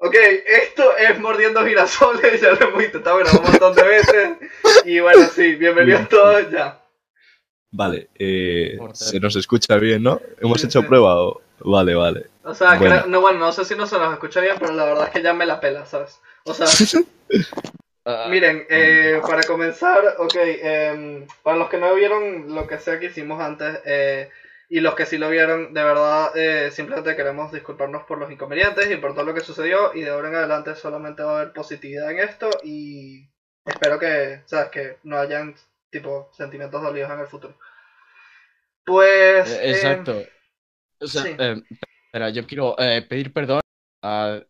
Ok, esto es Mordiendo Girasoles, ya lo hemos intentado grabar un montón de veces. Y bueno, sí, bienvenidos todos ya. Vale, eh, se nos escucha bien, ¿no? ¿Hemos hecho prueba? o- Vale, vale. O sea, Bueno. creo- no, bueno, no sé si no se nos escucha bien, pero la verdad es que ya me la pela, ¿sabes? O sea, Ah, miren, eh, para comenzar, ok, em, para los que no vieron lo que sea que hicimos antes, eh, y los que sí lo vieron, de verdad, eh, simplemente queremos disculparnos por los inconvenientes y por todo lo que sucedió, y de ahora en adelante solamente va a haber positividad en esto, y espero que, ¿sabes? Que no hayan, tipo, sentimientos dolidos en el futuro. Pues... Eh, em, Exacto. O sea, sí. eh, espera, yo quiero eh, pedir perdón a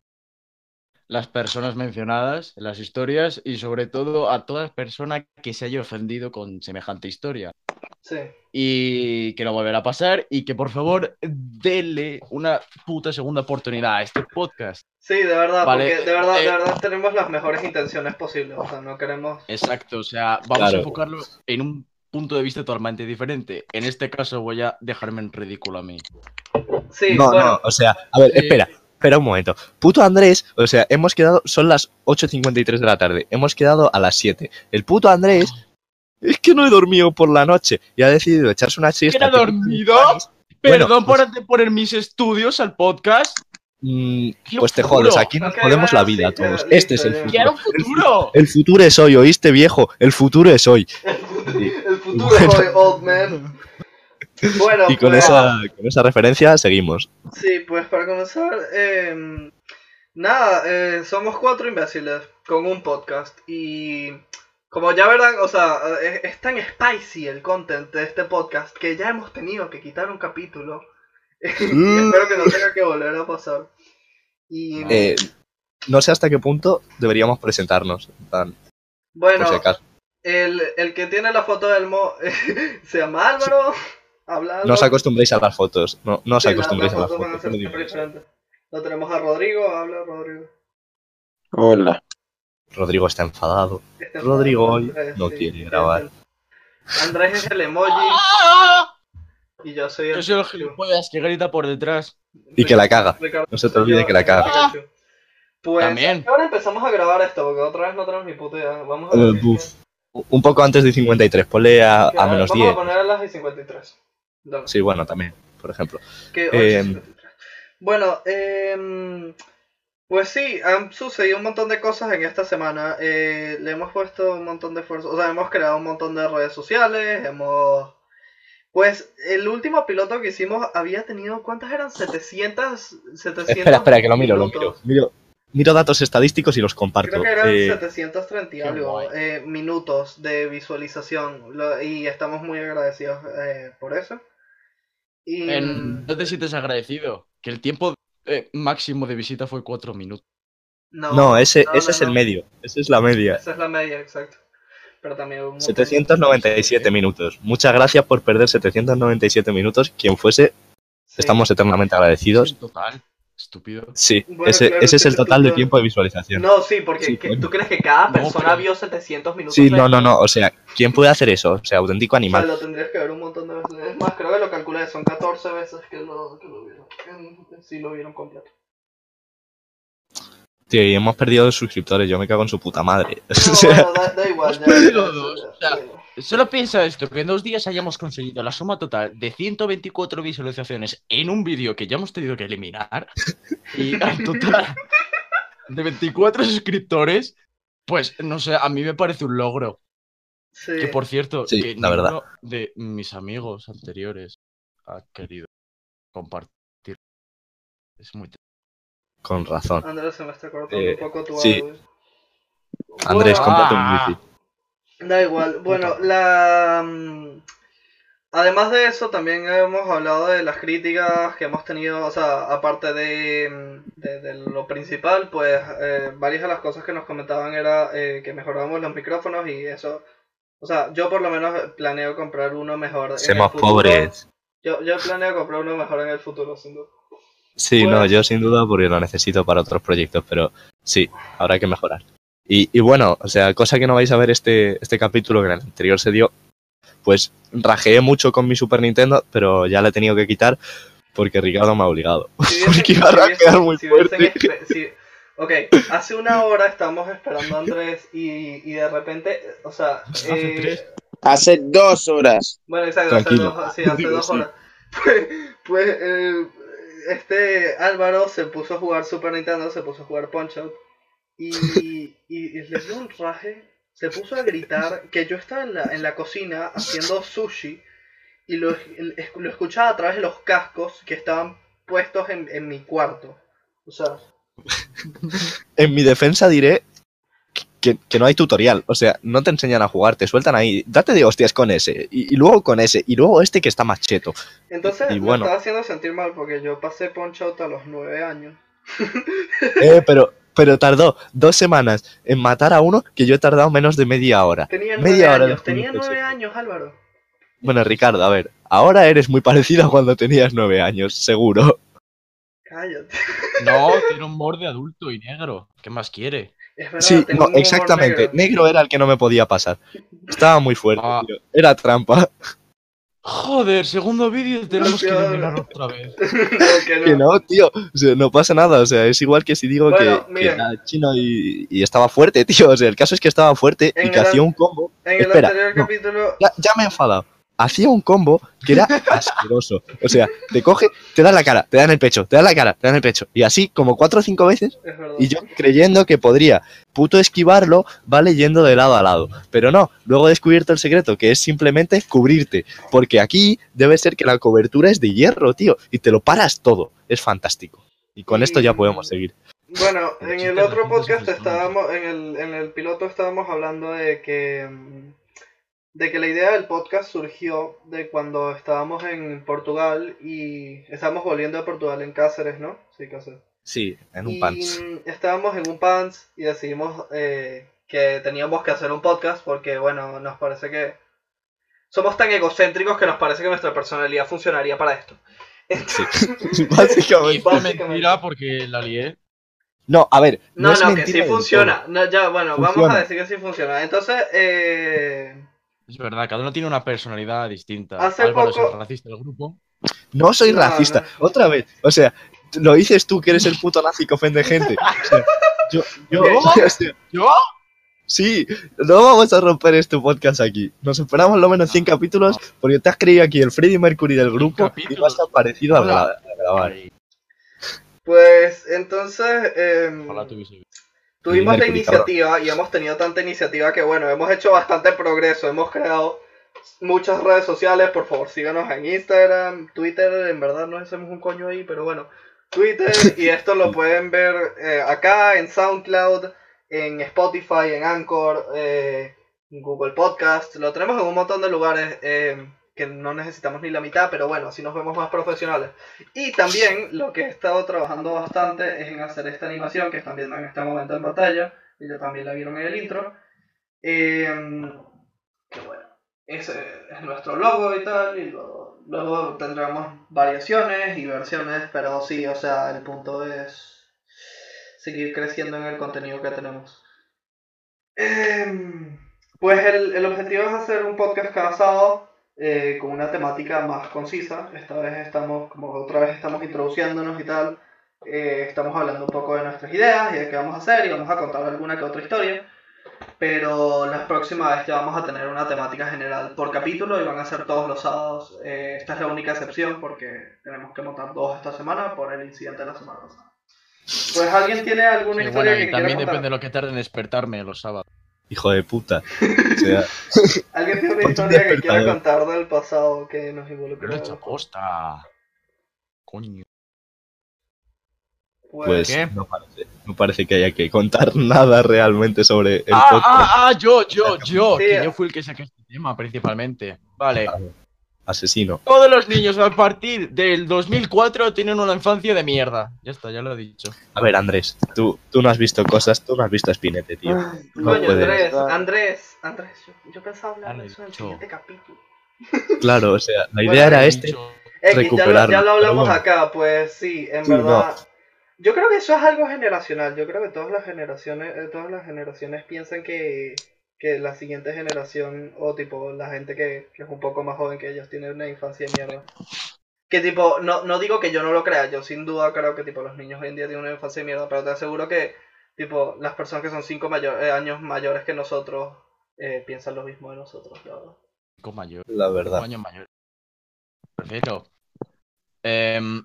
las personas mencionadas en las historias y sobre todo a toda persona que se haya ofendido con semejante historia em, sí. y que no volverá a pasar y que por favor dele una puta segunda oportunidad a este podcast. Sí, de verdad, Vale, porque de verdad, de eh, verdad tenemos las mejores intenciones posibles, o sea, no queremos... Exacto, o sea, vamos Claro. a enfocarlo en un punto de vista totalmente diferente. En este caso voy a dejarme en ridículo a mí. Sí, no, bueno, no, o sea, a ver, Eh, espera, espera un momento. Puto Andrés, o sea, hemos quedado, son las 8.53 de la tarde, hemos quedado a las 7. El puto Andrés, es que no he dormido por la noche y ha decidido echarse una siesta. no he dormido? Bueno, Perdón pues- por poner mis estudios al podcast. Mm, Quiero pues te futuro. jodes, aquí nos Ok, jodemos bueno, la vida sí, a todos. ya, Este es el listo, ya. futuro. ¡Quiero un futuro! El futuro es hoy, ¿oíste, viejo? El futuro es hoy. el futuro es hoy, old man. Bueno, Y con pues, esa, con esa referencia seguimos. sí, pues para comenzar, eh, nada, eh, somos cuatro imbéciles con un podcast y como ya verán, o sea, es, es tan spicy el content de este podcast que ya hemos tenido que quitar un capítulo. Y espero que no tenga que volver a pasar. Y Eh, no sé hasta qué punto deberíamos presentarnos, en plan, bueno, por si acaso. El, el que tiene la foto del mo se llama Álvaro. Hablando. No os acostumbréis a las fotos. No, no os Sí, acostumbréis a las- las las fotos van fotos. a ser siempre diferentes. Lo tenemos a Rodrigo, habla Rodrigo. Hola. Rodrigo está enfadado. Este es Rodrigo hoy Andrés, no quiere grabar. Andrés es el emoji ¡Ah! y yo soy el. Yo soy el gilipollas que grita por detrás. Y que la caga. Ricardo, No se te soy olvide yo, que la caga. Pikachu. Pues También. ahora empezamos a grabar esto, porque otra vez no tenemos ni puta idea. Vamos a Eh, decir buf. que- Un poco antes de 53. Ponle a, que a menos Vamos 10. a poner a las y 53. Dale. Sí, bueno, también. Por ejemplo. Que Eh, 853. bueno, em, pues sí, han sucedido un montón de cosas en esta semana. Eh, le hemos puesto un montón de esfuerzo, o sea, hemos creado un montón de redes sociales, hemos... Pues el último piloto que hicimos había tenido, ¿cuántas eran? 700... 700 Espera, espera, que lo miro, lo miro. minutos. Miro, miro datos estadísticos y los comparto. Creo que eran Eh, 730 y qué algo guay. eh, minutos de visualización lo- y estamos muy agradecidos eh, por eso. Mm. Y, En- No te sientes agradecido. Que el tiempo eh, máximo de visita fue cuatro minutos. no, ese, no, ese no, es el no. medio. Esa es la media. Esa es la media, exacto. Pero también hubo un montón de- 797 minutos. Muchas gracias por perder 797 minutos. Quien fuese, Sí. estamos eternamente agradecidos. En total. Estúpido. Sí, Bueno, ese, claro, ese es el entonces total de tú- tiempo de visualización. No, sí, porque Sí, que- bueno. tú crees que cada No, persona pero- vio 700 minutos. Sí, de- no, no, no. O sea, ¿quién puede hacer eso? O sea, auténtico O sea, animal. lo tendrías que ver un montón de veces. Es más, creo que lo calculé, son 14 veces que lo, que lo vieron. En- Sí, lo vieron completo. Tío, y hemos perdido suscriptores. Yo me cago en su puta madre. O No, sea, bueno, da, da igual. Hemos ya- perdido ya- dos, ya- o sea, ya- Solo piensa esto, que en dos días hayamos conseguido la suma total de 124 visualizaciones en un vídeo que ya hemos tenido que eliminar. Y al total de 24 suscriptores. Pues no sé, a mí me parece un logro. sí. Que por cierto, Sí, que la verdad. ninguno de mis amigos anteriores ha querido compartir. Es muy triste. con razón. Andrés, se me está cortando Eh, un poco tu sí. audio. Andrés, Bueno, cómprate un ah. eh, wifi. Da igual. Bueno, la. mm, Además de eso, también hemos hablado de las críticas que hemos tenido, o sea, aparte de, mm, de- de lo principal, pues eh, varias de las cosas que nos comentaban era eh, que mejorábamos los micrófonos y eso. O sea, yo por lo menos planeo comprar uno mejor. en el Seamos futuro. pobres. Yo, yo planeo comprar uno mejor en el futuro, sin duda. Sí, Bueno. no, yo sin duda porque lo necesito para otros proyectos, pero sí, habrá que mejorar. Y, y bueno, o sea, cosa que no vais a ver este, este capítulo que en el anterior se dio, pues rajeé mucho con mi Super Nintendo, pero ya la he tenido que quitar porque Ricardo me ha obligado. Si Porque hubiesen- iba a si hubiesen- rapear muy si hubiesen fuerte. espe- si- Ok, hace una hora estamos esperando a Andrés y, y de repente, o sea... Hace eh, tres. Hace dos horas. Bueno, exacto, hace Tranquilo. dos, sí, hace Digo, dos sí. horas. Pues, pues, eh, este Álvaro se puso a jugar Super Nintendo, se puso a jugar Punch Out y, y- y le dio un raje, se puso a gritar que yo estaba en la, en la cocina haciendo sushi y lo, el- es- lo escuchaba a través de los cascos que estaban puestos en, en mi cuarto. O sea, En mi defensa diré que, que no hay tutorial. O sea, no te enseñan a jugar, te sueltan ahí. Date de hostias con ese, y, y luego con ese, y luego este que está más cheto. entonces Y me bueno. estaba haciendo sentir mal porque yo pasé Punch Out a los nueve años. Eh, pero, pero tardó dos semanas en matar a uno que yo he tardado menos de media hora. Tenía nueve Media hora de años, tenía juego, nueve sí. años Álvaro. Bueno, Ricardo, a ver, ahora eres muy parecido a cuando tenías nueve años, seguro. Cállate. No, tiene un humor de adulto y negro. ¿Qué más quiere? Es verdad, sí, tengo no, un humor exactamente. Negro. negro. era el que no me podía pasar. Estaba muy fuerte, Ah. tío. Era trampa. Joder, segundo vídeo y tenemos que Gracias. eliminar otra vez. No, que no. Que no, tío. O sea, no pasa nada. O sea, es igual que si digo Bueno, que, que miren. era chino y, y estaba fuerte, tío. O sea, el caso es que estaba fuerte En y que el- hacía un combo. En el Espera, anterior no. capítulo. Ya, ya me he enfadado. Hacía un combo que era asqueroso. O sea, te coge, te da en la cara, te da en el pecho, te da en la cara, te da en el pecho. Y así, como cuatro o cinco veces, Es verdad. Y yo creyendo que podría puto esquivarlo, va leyendo de lado a lado. Pero no, luego he descubierto el secreto, que es simplemente cubrirte. Porque aquí debe ser que la cobertura es de hierro, tío. Y te lo paras todo. Es fantástico. Y con esto ya podemos seguir. Bueno, Pero en sí, el te otro repente se podcast transforma. estábamos. En el, en el piloto estábamos hablando de que. mm, De que la idea del podcast surgió de cuando estábamos en Portugal y estábamos volviendo a Portugal en Cáceres, ¿no? Sí, Cáceres. Sí, en y un pants. mm, estábamos en un pants y decidimos eh, que teníamos que hacer un podcast porque, bueno, nos parece que somos tan egocéntricos que nos parece que nuestra personalidad funcionaría para esto. Sí. Básicamente. Y fue Básicamente. mentira porque la lié. No, a ver. No, es no, que mentira sí del todo. funciona. No, ya, bueno, vamos a Funciona. decir que sí funciona. Entonces, eh, Es verdad, cada uno tiene una personalidad distinta. Hace Álvaro es poco- el racista del grupo. No soy No, racista. no. Otra vez. O sea, lo dices tú que eres el puto nazi que ofende gente. O sea, yo, yo, Ok. o sea, ¿Yo? Sí, no vamos a romper este podcast aquí. Nos esperamos lo menos 100 capítulos porque te has creído aquí el Freddie Mercury del grupo y no capítulos. has aparecido a, Hola. gra- a grabar. Ay, pues entonces eh, Ojalá tuviese. tuvimos la Mercury, iniciativa y hemos tenido tanta iniciativa que, bueno, hemos hecho bastante progreso. Hemos creado muchas redes sociales. Por favor, síganos en Instagram, Twitter. En verdad, no hacemos un coño ahí, pero bueno. Twitter y esto lo pueden ver eh, acá en SoundCloud, en Spotify, en Anchor, eh, en Google Podcast. Lo tenemos en un montón de lugares eh, que no necesitamos ni la mitad, pero bueno, así nos vemos más profesionales. Y también lo que he estado trabajando bastante es en hacer esta animación que están viendo en este momento en pantalla, y ya también la vieron en el intro. Eh, que bueno, ese es nuestro logo y tal, y luego, luego tendremos variaciones y versiones, pero sí, o sea, el punto es seguir creciendo en el contenido que tenemos. Em, pues el, el objetivo es hacer un podcast cada sábado eh, con una temática más concisa. Esta vez estamos, como otra vez estamos introduciéndonos y tal. eh, estamos hablando un poco de nuestras ideas y de qué vamos a hacer y vamos a contar alguna que otra historia. Pero las próximas vez ya vamos a tener una temática general por capítulo y van a ser todos los sábados. Eh, esta es la única excepción porque tenemos que montar dos esta semana por el incidente de la semana pasada. Pues alguien tiene alguna Sí, historia bueno, que y quiera también contar. depende de lo que tarde en despertarme los sábados. Hijo de puta. O sea, Alguien tiene una Ponte un historia que quiera despertador. contar del pasado que nos Pero involucró. hecho aposta. Coño. pues ¿Qué? no parece, no parece que haya que contar nada realmente sobre el Ah, podcast ah, ah, yo, yo, yo. Sí. Que yo fui el que saqué este tema principalmente. Vale. asesino. Todos los niños a partir del 2004 tienen una infancia de mierda. Ya está, ya lo he dicho. A ver, Andrés, tú, tú no has visto cosas, tú no has visto a Spinete, tío. No Coño, puede Andrés, Andrés, Andrés, yo, yo pensaba hablar de Dale, eso en el chao. siguiente capítulo. Claro, o sea, la idea Bueno, era He este. dicho, X, ya lo, ya Recuperarlo, lo hablamos pero bueno. acá, pues sí, en Sí, verdad. Yo creo que eso es algo generacional. Yo creo que todas las generaciones, eh, todas las generaciones piensan que, que la siguiente generación, o tipo la gente que, que es un poco más joven que ellos, tiene una infancia de mierda. Que tipo, no, no digo que yo no lo crea, yo sin duda creo que tipo los niños hoy en día tienen una infancia de mierda, pero te aseguro que tipo las personas que son 5 años mayores que nosotros eh, piensan lo mismo de nosotros, la verdad. Con mayor. La verdad. Con años mayor. Prefiero. Em,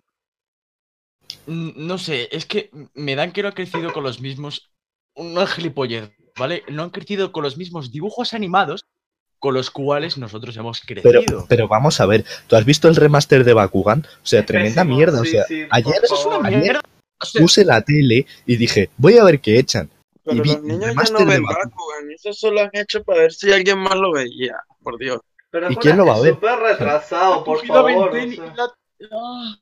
n- no sé, es que me dan que no ha crecido con los mismos. Una gilipollez, ¿vale? No han crecido con los mismos dibujos animados con los cuales nosotros hemos Pero, crecido. pero vamos a ver, ¿tú has visto el remaster de Bakugan? O sea, Es tremenda pésimo, mierda. O sí, sea, sí, ayer por favor. ayer Mierda, o sea, puse la tele y dije, voy a ver qué echan. Y Pero vi los el niños ya remaster no de ven Bakugan. Bakugan. Eso solo han hecho para ver si alguien más lo veía. Por Dios. Pero ¿Y es quién una- lo va a es ver? Súper retrasado, por cogido a favor. Benten y o sea. la- Ah.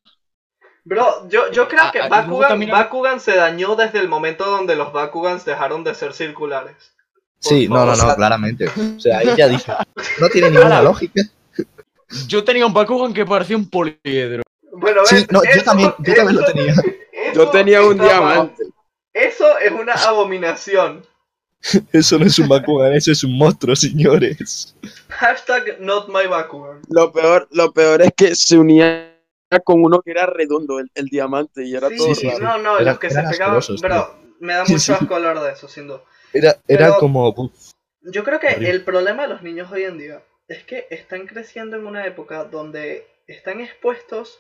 Bro, yo, yo creo A- que a- Ah, luego Bakugan, también- Bakugan se dañó desde el momento donde los Bakugans dejaron de ser circulares. Sí, Por no, no, favor, o no, sea, claramente. O sea, ahí ya dije, no tiene ninguna lógica. Yo tenía un Bakugan que parecía un poliedro. Bueno, Sí, ves, no, yo eso- también, yo también lo eso- tenía. eso Yo tenía un está mal. diamante. Eso es una abominación. Eso no es un Bakugan, eso es un monstruo, señores. Hashtag not my Bakugan. Lo peor, lo peor es que se unía con uno que era redondo, el, el diamante, y era Sí, todo sí, raro. no, no, Eran- los que se eran pegaban. asquerosos, Bro, me da Sí, mucho sí. asco hablar de eso, sin duda. Era, era Pero- como... uf, Yo creo que Horrible. el problema de los niños hoy en día es que están creciendo en una época donde están expuestos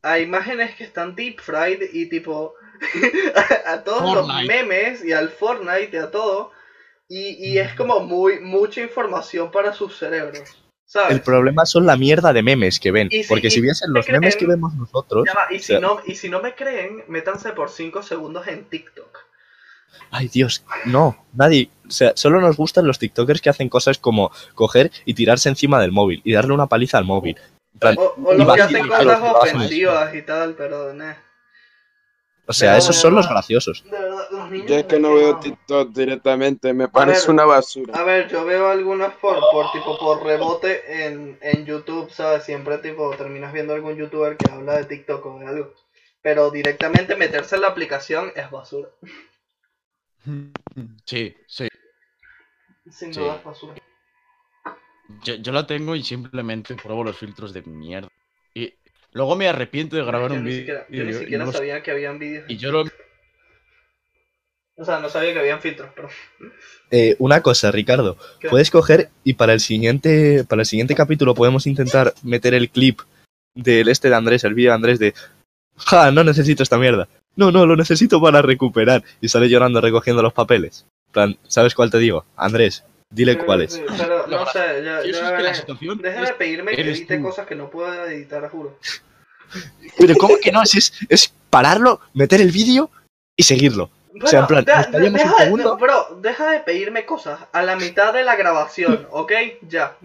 a imágenes que están deep fried y tipo a, a todos los Fortnite. memes y al Fortnite y a todo. Y, y Mm. es como muy mucha información para sus cerebros. ¿Sabes? El problema son la mierda de memes que ven. Y si- Porque y si viesen los te memes que creen- vemos nosotros... Ya va, y, si sea- no, y si no me creen, métanse por 5 segundos en TikTok. Ay, Dios, no, nadie. O sea, solo nos gustan los TikTokers que hacen cosas como coger y tirarse encima del móvil y darle una paliza al móvil. En plan, O, o los Y que vas- hacen a los cosas que vas, ofensivas y tal, pero nah. O sea, Pero esos de son los verdad. graciosos. De verdad, los niños Yo es que de no hoy en veo día- TikTok directamente, me parece ver. una basura. A ver, yo veo algunos por, por tipo por rebote en, en YouTube, ¿sabes? Siempre tipo terminas viendo algún youtuber que habla de TikTok o de algo. Pero directamente meterse en la aplicación es basura. Sí, sí. Sin Sí. duda es basura. Yo, yo la tengo y simplemente pruebo los filtros de mierda. Y luego me arrepiento de grabar yo un ni vídeo. siquiera, yo ni y siquiera no los- sabía que habían vídeos. Y yo lo. O sea, no sabía que habían filtros, pero. Eh, una cosa, Ricardo, ¿Qué? puedes coger y para el siguiente, para el siguiente capítulo podemos intentar meter el clip del este de Andrés, el vídeo de Andrés de Ja, no necesito esta mierda. No, no, lo necesito para recuperar. Y sale llorando recogiendo los papeles. En plan, ¿sabes cuál te digo? Andrés, dile cuál es. Sí, Pero no Lo sé, ya. ya Eso es que la veré. situación. Deja es- de pedirme que eres edite tú. cosas que no puedo editar, juro. Pero ¿cómo que no? Si es, es pararlo, meter el vídeo y seguirlo. Bueno, sea, en plan, da- nos callamos deja un de- segundo. no, bro, deja de pedirme cosas a la mitad de la grabación, ¿ok? Ya.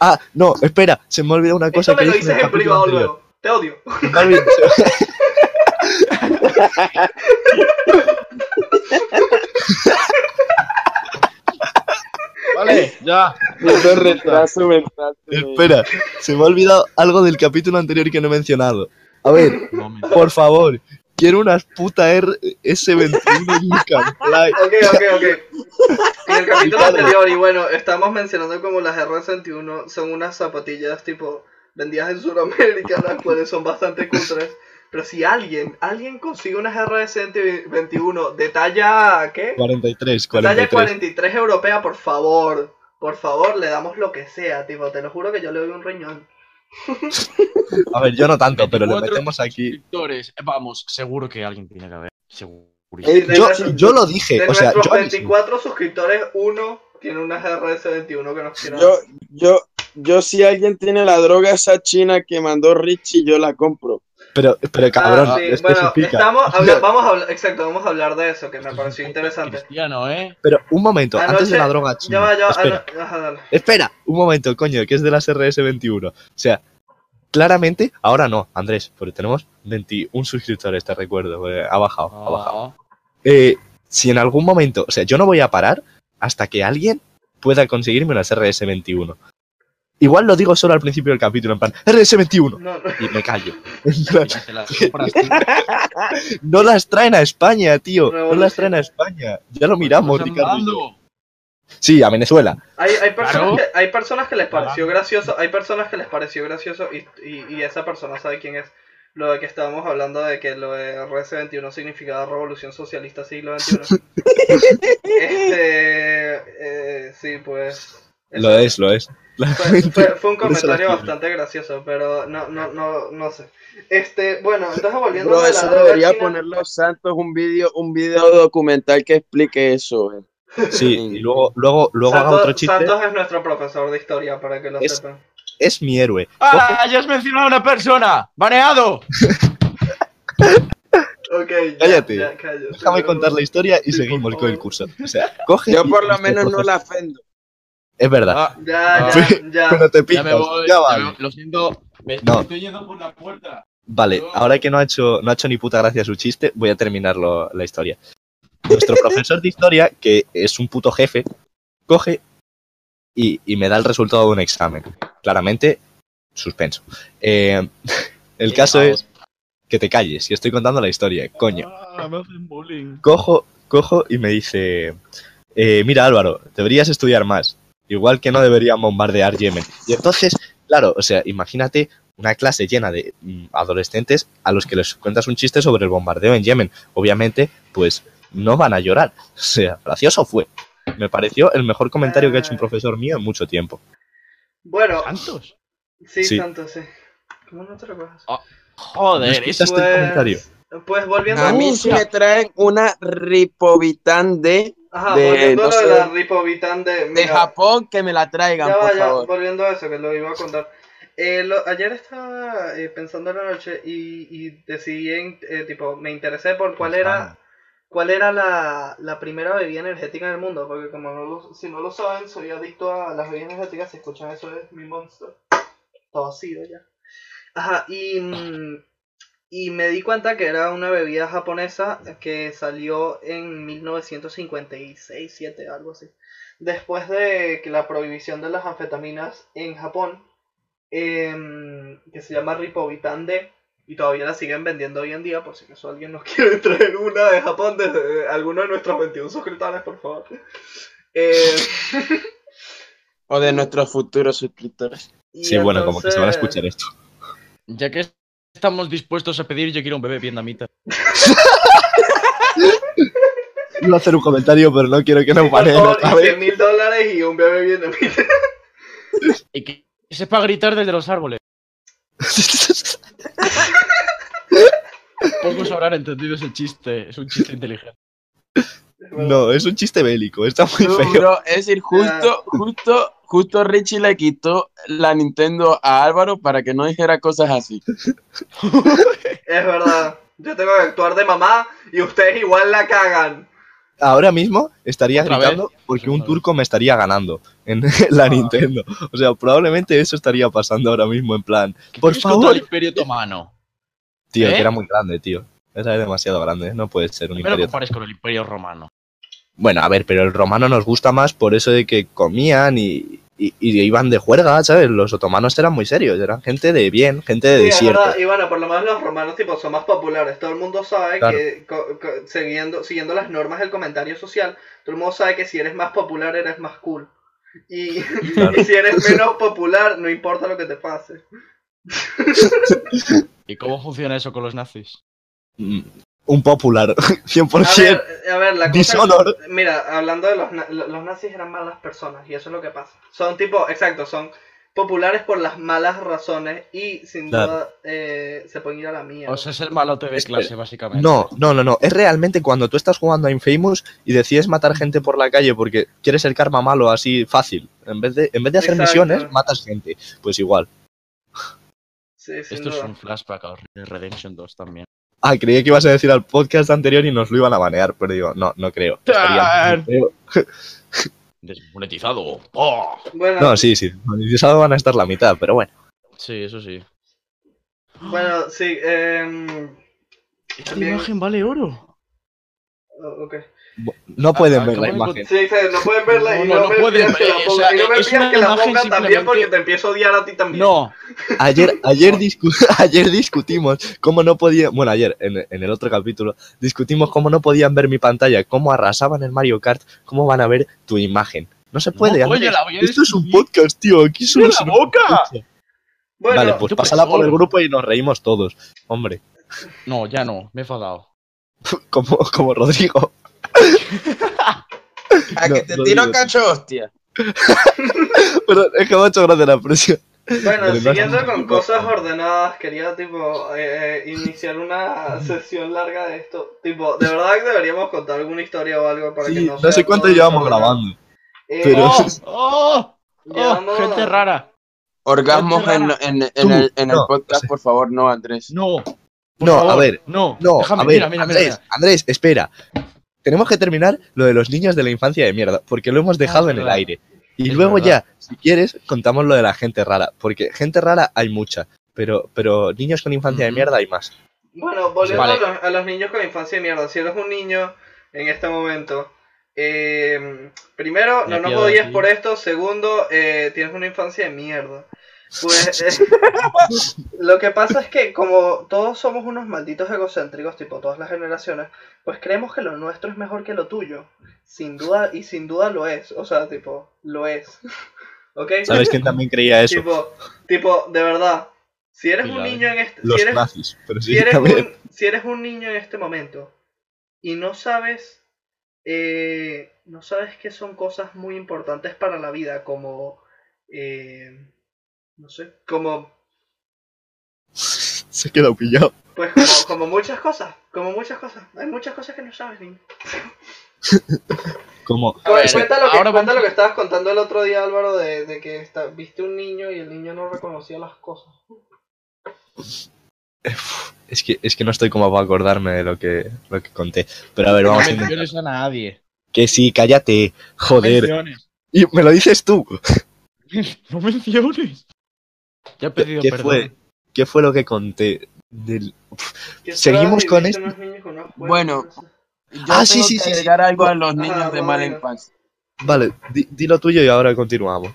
Ah, no, espera, se me ha olvidado una cosa Esto me que lo dije en dices el en capítulo privado anterior. luego. Te odio. Se me ha olvidado- Vale, ya. Eso es retraso mental. espera, se me ha olvidado algo del capítulo anterior que no he mencionado. A ver, No, me- por favor, quiero unas puta RS21 You Can Fly. Ok, ok, ok. En el capítulo anterior, y bueno, estamos mencionando como las R21 son unas zapatillas tipo vendidas en Sudamérica, las cuales son bastante cutres. Pero si alguien, alguien consigue unas RS21 de talla, ¿qué? 43, Talla 43. 43 europea, por favor. Por favor, le damos lo que sea, tipo, te lo juro que yo le doy un riñón. A ver, yo no tanto, pero le 24. metemos aquí. suscriptores, vamos, seguro que alguien tiene que haber. Seguro. Eh, De Yo, nuestro- yo lo dije, De o sea, nuestros yo mismo. 24 suscriptores, uno tiene unas RS21 que nos quieren. Yo, yo, yo si alguien tiene la droga esa china que mandó Richie, yo la compro. pero, pero cabrón, Ah, sí, Bueno, especifica. estamos, habla- vamos a hablar, exacto, vamos a hablar de eso, que me pareció interesante. Este Cristiano, ¿eh? Pero un momento, antes Anoche- de la droga Ya china. va, ya va, espera. ano- ajá, dale. Espera, un momento, coño, que es de las RS21. O sea, claramente, ahora no, Andrés, porque tenemos 21 suscriptores, te recuerdo, porque ha bajado, ha bajado. No. Eh, si en algún momento, o sea, yo no voy a parar hasta que alguien pueda conseguirme unas RS21. Igual lo digo solo al principio del capítulo, en plan, RS21, No, no. y me callo. En plan, Y te las compras tú. no las traen a España, tío, no Revolución. las traen a España. Ya lo miramos, Estás Ricardo. y yo. andando. Sí, a Venezuela. Hay, hay, personas, Claro. que, hay personas que les pareció gracioso, hay personas que les pareció gracioso y, y- y esa persona sabe quién es. Lo de que estábamos hablando de que lo de RS21 significaba Revolución Socialista Siglo XXI. este, eh, sí, pues... Lo eso. es, lo es. Fue, fue- fue un Por eso comentario la- bastante gracioso, pero no, no, no, no sé. Este, bueno, entonces volviendo Bro, a la eso droga debería china- poner los santos un vídeo un video documental que explique eso. eh. Sí, y luego, luego, luego haga Santos- otro chiste. Santos es nuestro profesor de historia, para que lo Es- sepan. Es mi héroe. ¡Ah! ¡Ya has mencionado a una persona! ¡Baneado! Ok, ya, Cállate. ya, cállate. Déjame contar la historia y Sí, por seguimos con favor. el curso. O sea, coge. Yo y- por lo este menos no proceso. la ofendo. Es verdad. Ah, Ya, Ah. ya, ya. Pero te ya pintas. me voy. Ya ya vale. me- Lo siento. Me No. estoy yendo por la puerta. Vale, ahora que no ha hecho, no ha hecho ni puta gracia su chiste, voy a terminar lo- la historia. Nuestro profesor de historia, que es un puto jefe, coge y, y me da el resultado de un examen. Claramente, suspenso. Eh, el caso es que te calles, y estoy contando la historia, coño Ah, me hacen bullying. cojo, cojo y me dice, eh, mira Álvaro, deberías estudiar más, igual que no deberían bombardear Yemen. Y entonces, claro, o sea, imagínate una clase llena de mm, adolescentes a los que les cuentas un chiste sobre el bombardeo en Yemen. Obviamente, pues no van a llorar. O sea, gracioso fue. Me pareció el mejor comentario que ha hecho un profesor mío en mucho tiempo. Bueno, ¿Santos? sí, Sí. Santos, sí. ¿Cómo no te recuerdas? ¿No Joder, escuchaste eso. el comentario? Pues volviendo A mí sí me traen una ripovitan de, Ajá, de- volviendo no a sé, la Ripovitan de. de mira, Japón que me la traigan, Ya va, por ya, favor. volviendo a eso, que lo iba a contar. Eh, lo- ayer estaba eh, pensando en la noche y, y decidí, en, eh, tipo, me interesé por cuál era cuál era la, la primera bebida energética en el mundo, porque como no lo- si no lo saben, soy adicto a las bebidas energéticas, si escuchan eso es mi monster. Todo ácido ya. Ajá, y, mm, y me di cuenta que era una bebida japonesa que salió en 1956, 7, algo así. Después de que la prohibición de las anfetaminas en Japón, em, que se llama Ripovitan D, y todavía la siguen vendiendo hoy en día, por si acaso alguien nos quiere traer una de Japón desde alguno de nuestros 21 suscriptores, por favor. Eh, O de nuestros futuros suscriptores. y Sí, bueno, como que se van a entonces- escuchar esto. Ya que estamos dispuestos a pedir, yo quiero un bebé vietnamita. Iba a hacer un comentario, pero no quiero que nos Por baneen favor, otra y vez. 100 mil dólares y un bebé vietnamita. Y que sepa gritar desde los árboles. Pocos habrán entendido ese chiste. Es un chiste inteligente. No, es un chiste bélico, está muy Tú, feo. bro, es decir, justo, justo, justo Richie le quitó la Nintendo a Álvaro para que no dijera cosas así. Es verdad. Yo tengo que actuar de mamá y ustedes igual la cagan. ahora mismo estaría Otra gritando porque Otra un vez. turco me estaría ganando en la Ah. Nintendo. O sea, probablemente eso estaría pasando ahora mismo en plan, ¿Qué Por quieres contra favor. el imperio otomano. tío, ¿Eh? que era muy grande, tío. Era demasiado grande, no puede ser un No me lo imperio. compares con el imperio romano. Bueno, a ver, pero el romano nos gusta más por eso de que comían y, y- y iban de juerga, ¿sabes? Los otomanos eran muy serios, eran gente de bien, gente de Sí, es desierto. verdad. Y bueno, por lo menos los romanos tipo son más populares. Todo el mundo sabe Claro. que co- co- siguiendo, siguiendo las normas del comentario social, todo el mundo sabe que si eres más popular eres más cool. Y, Claro. y si eres menos popular, no importa lo que te pase. ¿Y cómo funciona eso con los nazis? Mm, Un popular, 100%. A ver, a ver, la cosa. Dishonor. Mira, hablando de los, na- los nazis eran malas personas y eso es lo que pasa. Son tipo, exacto, son populares por las malas razones y sin Claro. duda eh, se pueden ir a la mierda. O sea, es el malote de Espera. clase, básicamente. No, no, no, no. Es realmente cuando tú estás jugando a Infamous y decides matar gente por la calle porque quieres el karma malo así fácil. En vez de, en vez de hacer Exacto. misiones, matas gente. Pues igual. sí, sin Esto es duda. un flashback a Redemption 2 también. Ah, creí que ibas a decir al podcast anterior y nos lo iban a banear, pero digo, no, no creo. Estaría muy feo. Desmonetizado. ¡Oh! Bueno, No, sí, sí. Monetizado van a estar la mitad, pero bueno. Sí, eso sí. bueno, sí. em, Esta También- imagen vale oro. oh, ok. Bu- No pueden Ah, ver la acabo de imagen. Sí, dice, no pueden verla y No, no, no, me no pueden pidas que la ver, o ponga- sea, y no me es pidas una que la imagen ponga también porque simplemente- te empiezo a odiar a ti también. No, Ayer, ayer, discu- ayer discutimos cómo no podía. Bueno, ayer, en, en el otro capítulo, discutimos cómo no podían ver mi pantalla, cómo arrasaban el Mario Kart, cómo van a ver tu imagen. No se puede. No, coño, Andrés. la voy a Esto es un destruir. podcast, tío. Aquí solo la se nos boca! escucha. Bueno, vale, pues yo pásala pensaba- por el grupo y nos reímos todos. Hombre, No, ya no, me he enfadado. como, como Rodrigo. A No, que te lo tiro digo. cacho, hostia. Pero es que me ha hecho gracia la presión. pues, bueno, Pero no siguiendo es- con cosas ordenadas, quería tipo eh, eh, iniciar una sesión larga de esto. Tipo, de verdad que deberíamos contar alguna historia o algo para que Sí, no no, sea sé cuánto todo llevamos sobre- grabando. Eh, pero- oh, ¡Oh! ¡Oh! oh, llevamos- gente rara. Orgasmos Qué en, rara. en- en Tú, el, en el no, podcast, por favor, no, Andrés. No. por No, a favor, ver, No, No, déjame, a ver, mira, mira, mira, Andrés, Andrés, espera. Tenemos que terminar lo de los niños de la infancia de mierda, porque lo hemos dejado Ah, es en el verdad. aire. Y Es luego verdad. ya, si quieres, contamos lo de la gente rara, porque gente rara hay mucha, pero, pero niños con infancia de Ujú. mierda hay más. Bueno, volviendo Vale. a, los, a los niños con infancia de mierda. Si eres un niño en este momento, eh, primero, Me no nos pierdo odies aquí. por esto. Segundo, eh, tienes una infancia de mierda. Pues eh, lo que pasa es que como todos somos unos malditos egocéntricos, tipo todas las generaciones, pues creemos que lo nuestro es mejor que lo tuyo. Sin duda, y sin duda lo es. O sea, tipo, lo es. ¿Ok? ¿Sabes quién también creía eso? Tipo, tipo, de verdad, si eres Sí, un la niño en este... Los si eres, nazis. Pero sí, si eres, también. un, si eres un niño en este momento y no sabes eh, no sabes que son cosas muy importantes para la vida como eh, no sé como Se quedó pillado. pues como, como muchas cosas como muchas cosas hay muchas cosas que no sabes niño Como, Cu- ver, cuenta lo que ahora cuenta vamos- lo que estabas contando el otro día Álvaro de, de que está- viste un niño y el niño no reconocía las cosas es que, es que no estoy como para acordarme de lo que, lo que conté. Pero a ver, vamos a no intentar. menciones a nadie. Que sí, cállate. No Joder. menciones. Y me lo dices tú. No menciones. Ya he pedido ¿Qué perdón. fue? ¿Qué fue lo que conté? Del... Que Seguimos estabas con viviendo esto. unos niños con unos juegos, Bueno, no sé. Yo Ah, sí, tengo sí, que sí, sí. agregar algo a los Ah, niños de bueno, mala venga. infancia. Vale, di, di lo tuyo y ahora continuamos.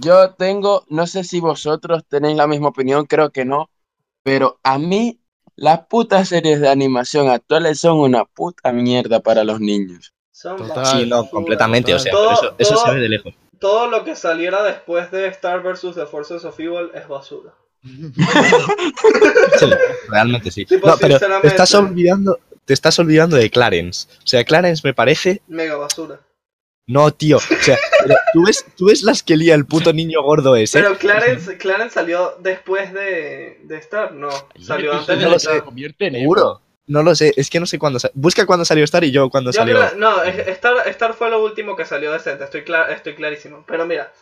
Yo tengo, no sé si vosotros tenéis la misma opinión, creo que no, pero a mí las putas series de animación actuales son una puta mierda para los niños. Son Total. basura. sí, no, completamente. O sea, Todo- pero eso, eso todo- se ve de lejos. todo lo que saliera después de Star vs. The Forces of Evil es basura. Sí, realmente sí. Tipo, No, pero te pues sinceramente. estás olvidando, te estás olvidando de Clarence. O sea, Clarence me parece. Mega basura. No, tío. O sea, pero tú ves, tú ves las que lía el puto niño gordo ese. Pero Clarence, Clarence salió después de, de Star, no. Salió Yo antes no lo de que Star. se convierte en Seguro. No lo sé, es que no sé cuándo sa- Busca cuándo salió Star y yo cuándo Yo salió. creo- no, es- Star, Star fue lo último que salió decente, estoy, cla- estoy clarísimo. Pero mira.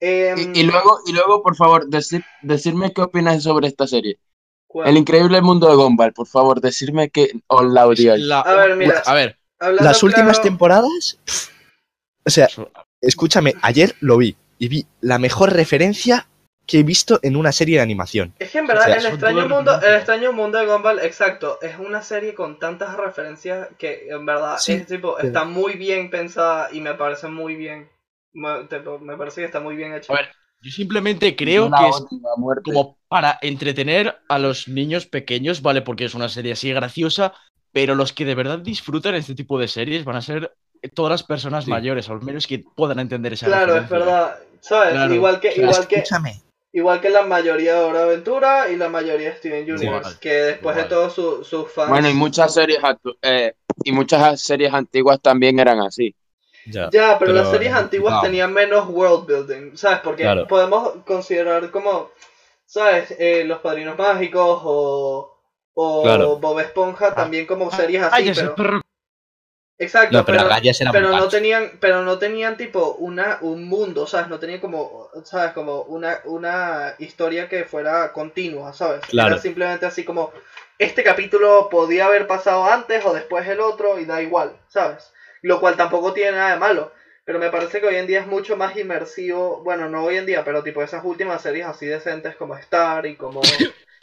em, Y, y luego, y luego, por favor, decid- decirme qué opináis sobre esta serie. ¿cuál? El increíble mundo de Gumball, por favor, decirme que o la Es odiáis. la- A ver, mira. A ver. Hablando Las últimas claro, temporadas. pff, o sea, escúchame, ayer lo vi y vi la mejor referencia que he visto en una serie de animación. Es que en verdad o sea, el son extraño todas mundo, el referencias. extraño mundo de Gumball, exacto, es una serie con tantas referencias que en verdad Sí, es tipo pero- está muy bien pensada y me parece muy bien, me, tipo, me parece que está muy bien hecha. A ver, Yo simplemente creo La que es odio a muerte. como para entretener a los niños pequeños, ¿vale? Porque es una serie así graciosa, pero los que de verdad disfrutan este tipo de series van a ser todas las personas Sí. mayores, al menos que puedan entender esa claro, es referencia. verdad, sabes, Claro, igual que claro. igual que Escúchame. igual que la mayoría de Hora Aventura y la mayoría de Steven Universe, Igual, que después de igual. todo su- sus fans. Bueno, y muchas series actu- eh, y muchas series antiguas también eran así. Ya. Ya, pero, las Pero, series antiguas no. tenían menos world building, ¿sabes? Porque Claro. podemos considerar como, ¿sabes? Eh, Los Padrinos Mágicos o, o Claro. Bob Esponja también como series así, Ah. Ay, ese pero... perro. Exacto, No, pero pero, Rayas era pero muy no pacho. tenían, pero no tenían tipo una, un mundo, ¿sabes? No tenían como, ¿sabes? Como una, una historia que fuera continua, ¿sabes? Claro. Era simplemente así como, este capítulo podía haber pasado antes o después el otro y da igual, ¿sabes? Lo cual tampoco tiene nada de malo. Pero me parece que hoy en día es mucho más inmersivo, bueno, no hoy en día, pero tipo esas últimas series así decentes como Star y como,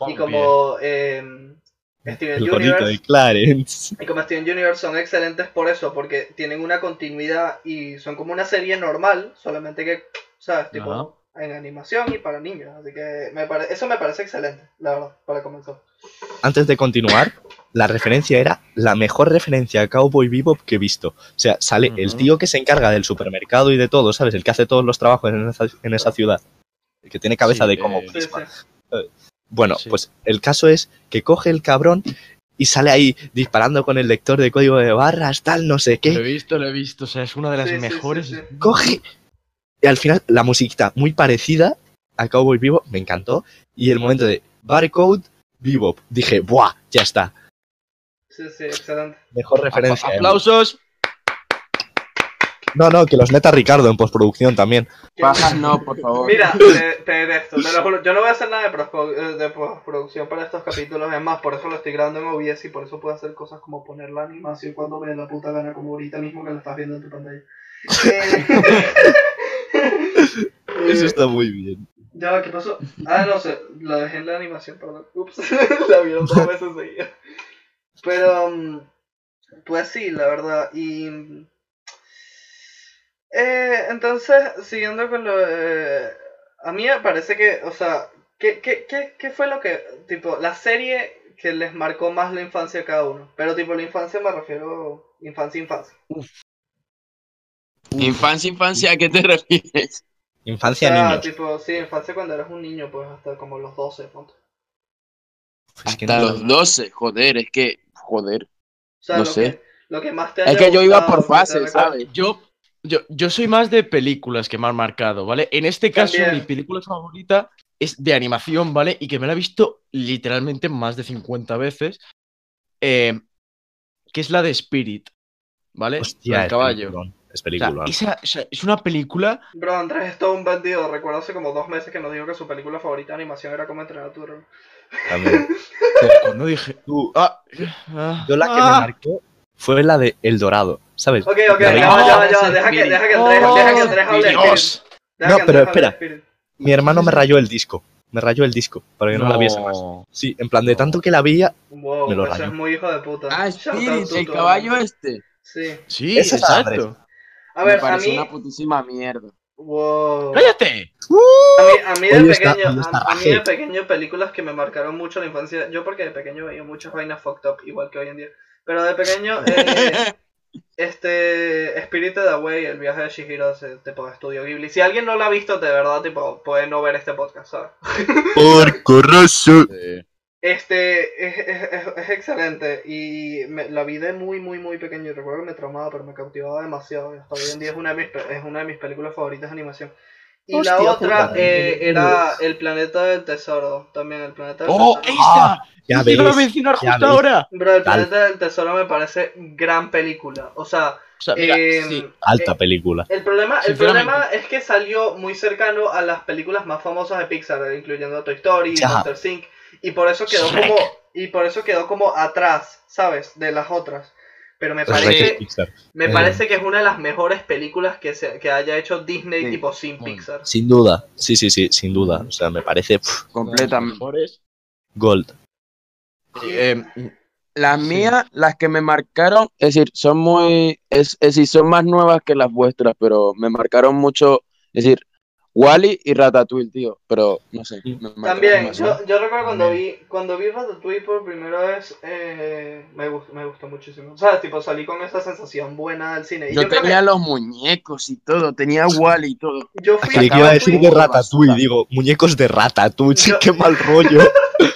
y como em, Steven El gorrito Universe. de Clarence. Y como Steven Universe son excelentes por eso, porque tienen una continuidad y son como una serie normal, solamente que, ¿sabes? Tipo, en animación y para niños. Así que me pare- eso me parece excelente, la verdad, para comenzar. Antes de continuar, la referencia era la mejor referencia a Cowboy Bebop que he visto. O sea, sale el Ujú. tío que se encarga del supermercado y de todo, ¿sabes? El que hace todos los trabajos en esa, en esa ciudad. El que tiene cabeza Sí, de como eh, Sí, sí. bueno, Sí. pues el caso es que coge el cabrón y sale ahí disparando con el lector de código de barras, tal, no sé Lo qué. he visto, lo he visto. O sea, es una de las Sí, sí, sí, mejores. sí. Coge. Y al final, la musiquita muy parecida a Cowboy Vivo, me encantó. Y el momento de Barcode Bebop. Dije, ¡buah! Ya está. Sí, sí, excelente. Mejor referencia. Apa- aplausos. No, no, que los neta Ricardo en postproducción también. Pajas no, por favor. Mira, te, te detesto, te lo juro. Yo no voy a hacer nada de, prospo- eh, de postproducción para estos capítulos. Es más, por eso lo estoy grabando en OBS y por eso puedo hacer cosas como poner la animación cuando me dé la puta gana, como ahorita mismo que la estás viendo en tu pantalla. Eh, Eso está muy bien. Ya, va, ¿qué pasó? Ah, no sé, la dejé en la animación, perdón. Ups, la vieron dos veces seguidas. Pero, mm, pues sí, la verdad. Y. mm, eh, entonces, siguiendo con lo. eh, a mí me parece que, o sea, ¿qué, qué, qué, ¿qué fue lo que. Tipo, la serie que les marcó más la infancia a cada uno? Pero, tipo, la infancia me refiero. Infancia, infancia. Infancia, infancia, ¿a qué te refieres? Infancia Ah, o sea, niños. tipo, sí, infancia cuando eras un niño, pues hasta como los 12, punto. Es que Hasta no- los 12, joder, es que, joder. O sea, No lo sé. Que, lo que más te Es haya que yo iba gustado, por lo que te fases, recuerda. ¿sabes? Yo, yo, yo soy más de películas que me han marcado, ¿vale? En este caso, También. mi película favorita es de animación, ¿vale? Y que me la he visto literalmente más de 50 veces, eh, que es la de Spirit, ¿vale? Hostia, La del es caballo. peliculón, Es O sea, película. esa- o sea, es una película Bro, Andrés es todo un bandido. Recuerdo hace como dos meses que nos dijo que su película favorita de animación era como entrenar a tu dragón. también. cuando dije. Tú, Ah, ah, Yo la que me ah, marcó fue la de El Dorado, ¿sabes? Ok, ok, La ya va, misma- ya va, ya va. Ese Deja que, espíritu. deja que Andrés, oh, deja que Andrés hable. de Spirit. Dios. Deja No, que Andrés hable pero de espera. Spirit. Mi hermano me rayó el disco. Me rayó el disco para que no, la viese más. No. Sí, en plan de tanto que la veía. Wow, Me lo eso rayó. es muy hijo de puta. Ah, Shout out Spirit, to el tu caballo hermano. este. Sí. Sí, Esa es la exacto. A ver, me a parece mí. una putísima mierda. Wow. ¡Cállate! A mí, a mí de Hoy está- pequeño, hoy está a, a mí de Rajel. pequeño películas que me marcaron mucho la infancia, yo porque de pequeño veía muchas vainas fucked up, igual que hoy en día, pero de pequeño, eh, este, Spirited Away, el viaje de Shihiro, se- tipo de estudio Ghibli, si alguien no la ha visto, de verdad, tipo, puede no ver este podcast, ¿sabes? Porco rosso. Este, es, es, es- es excelente, y me- la vi de muy, muy, muy pequeño, y recuerdo que me traumaba, pero me cautivaba demasiado, y hasta hoy en día es una de mis, pe- es una de mis películas favoritas de animación. Y la Hostia otra puta. eh, era El Planeta del Tesoro. También el Planeta del ¡Oh, Tesoro. esta! Ya Yo iba a ves. mencionar ya justo ves. ahora. Bro, El Tal. Planeta del Tesoro me parece gran película. O sea, O sea, mira, eh, sí. Alta película. el problema, el Sinceramente. problema es que salió muy cercano a las películas más famosas de Pixar, incluyendo Toy Story, Ya. Monster Inc. Y por eso quedó Shrek. como. Y por eso quedó como atrás, ¿sabes? De las otras. Pero me Los Reyes parece, Pues Pixar. me Eh. parece que es una de las mejores películas que, se, que haya hecho Disney Sí. tipo sin Bueno. Pixar. Sin duda. Sí, sí, sí, sin duda. O sea, me parece pff, Completamente. Mejores. gold. Eh, Las Sí. mías, las que me marcaron, es decir, son muy, es, es decir, son más nuevas que las vuestras, pero me marcaron mucho, es decir, Wally y Ratatouille, tío, pero no sé. me marcaron También, demasiado. yo, yo recuerdo cuando vi, cuando vi Ratatouille por primera vez, eh, me, gus- me gustó muchísimo. O sea, tipo, salí con esa sensación buena del cine. Y Yo, yo creo tenía los muñecos y todo, tenía Wally y todo. que- yo fui, Creí que iba a decir fui- de Ratatouille. Digo, muñecos de Ratatouille. Yo- Qué mal rollo. yo-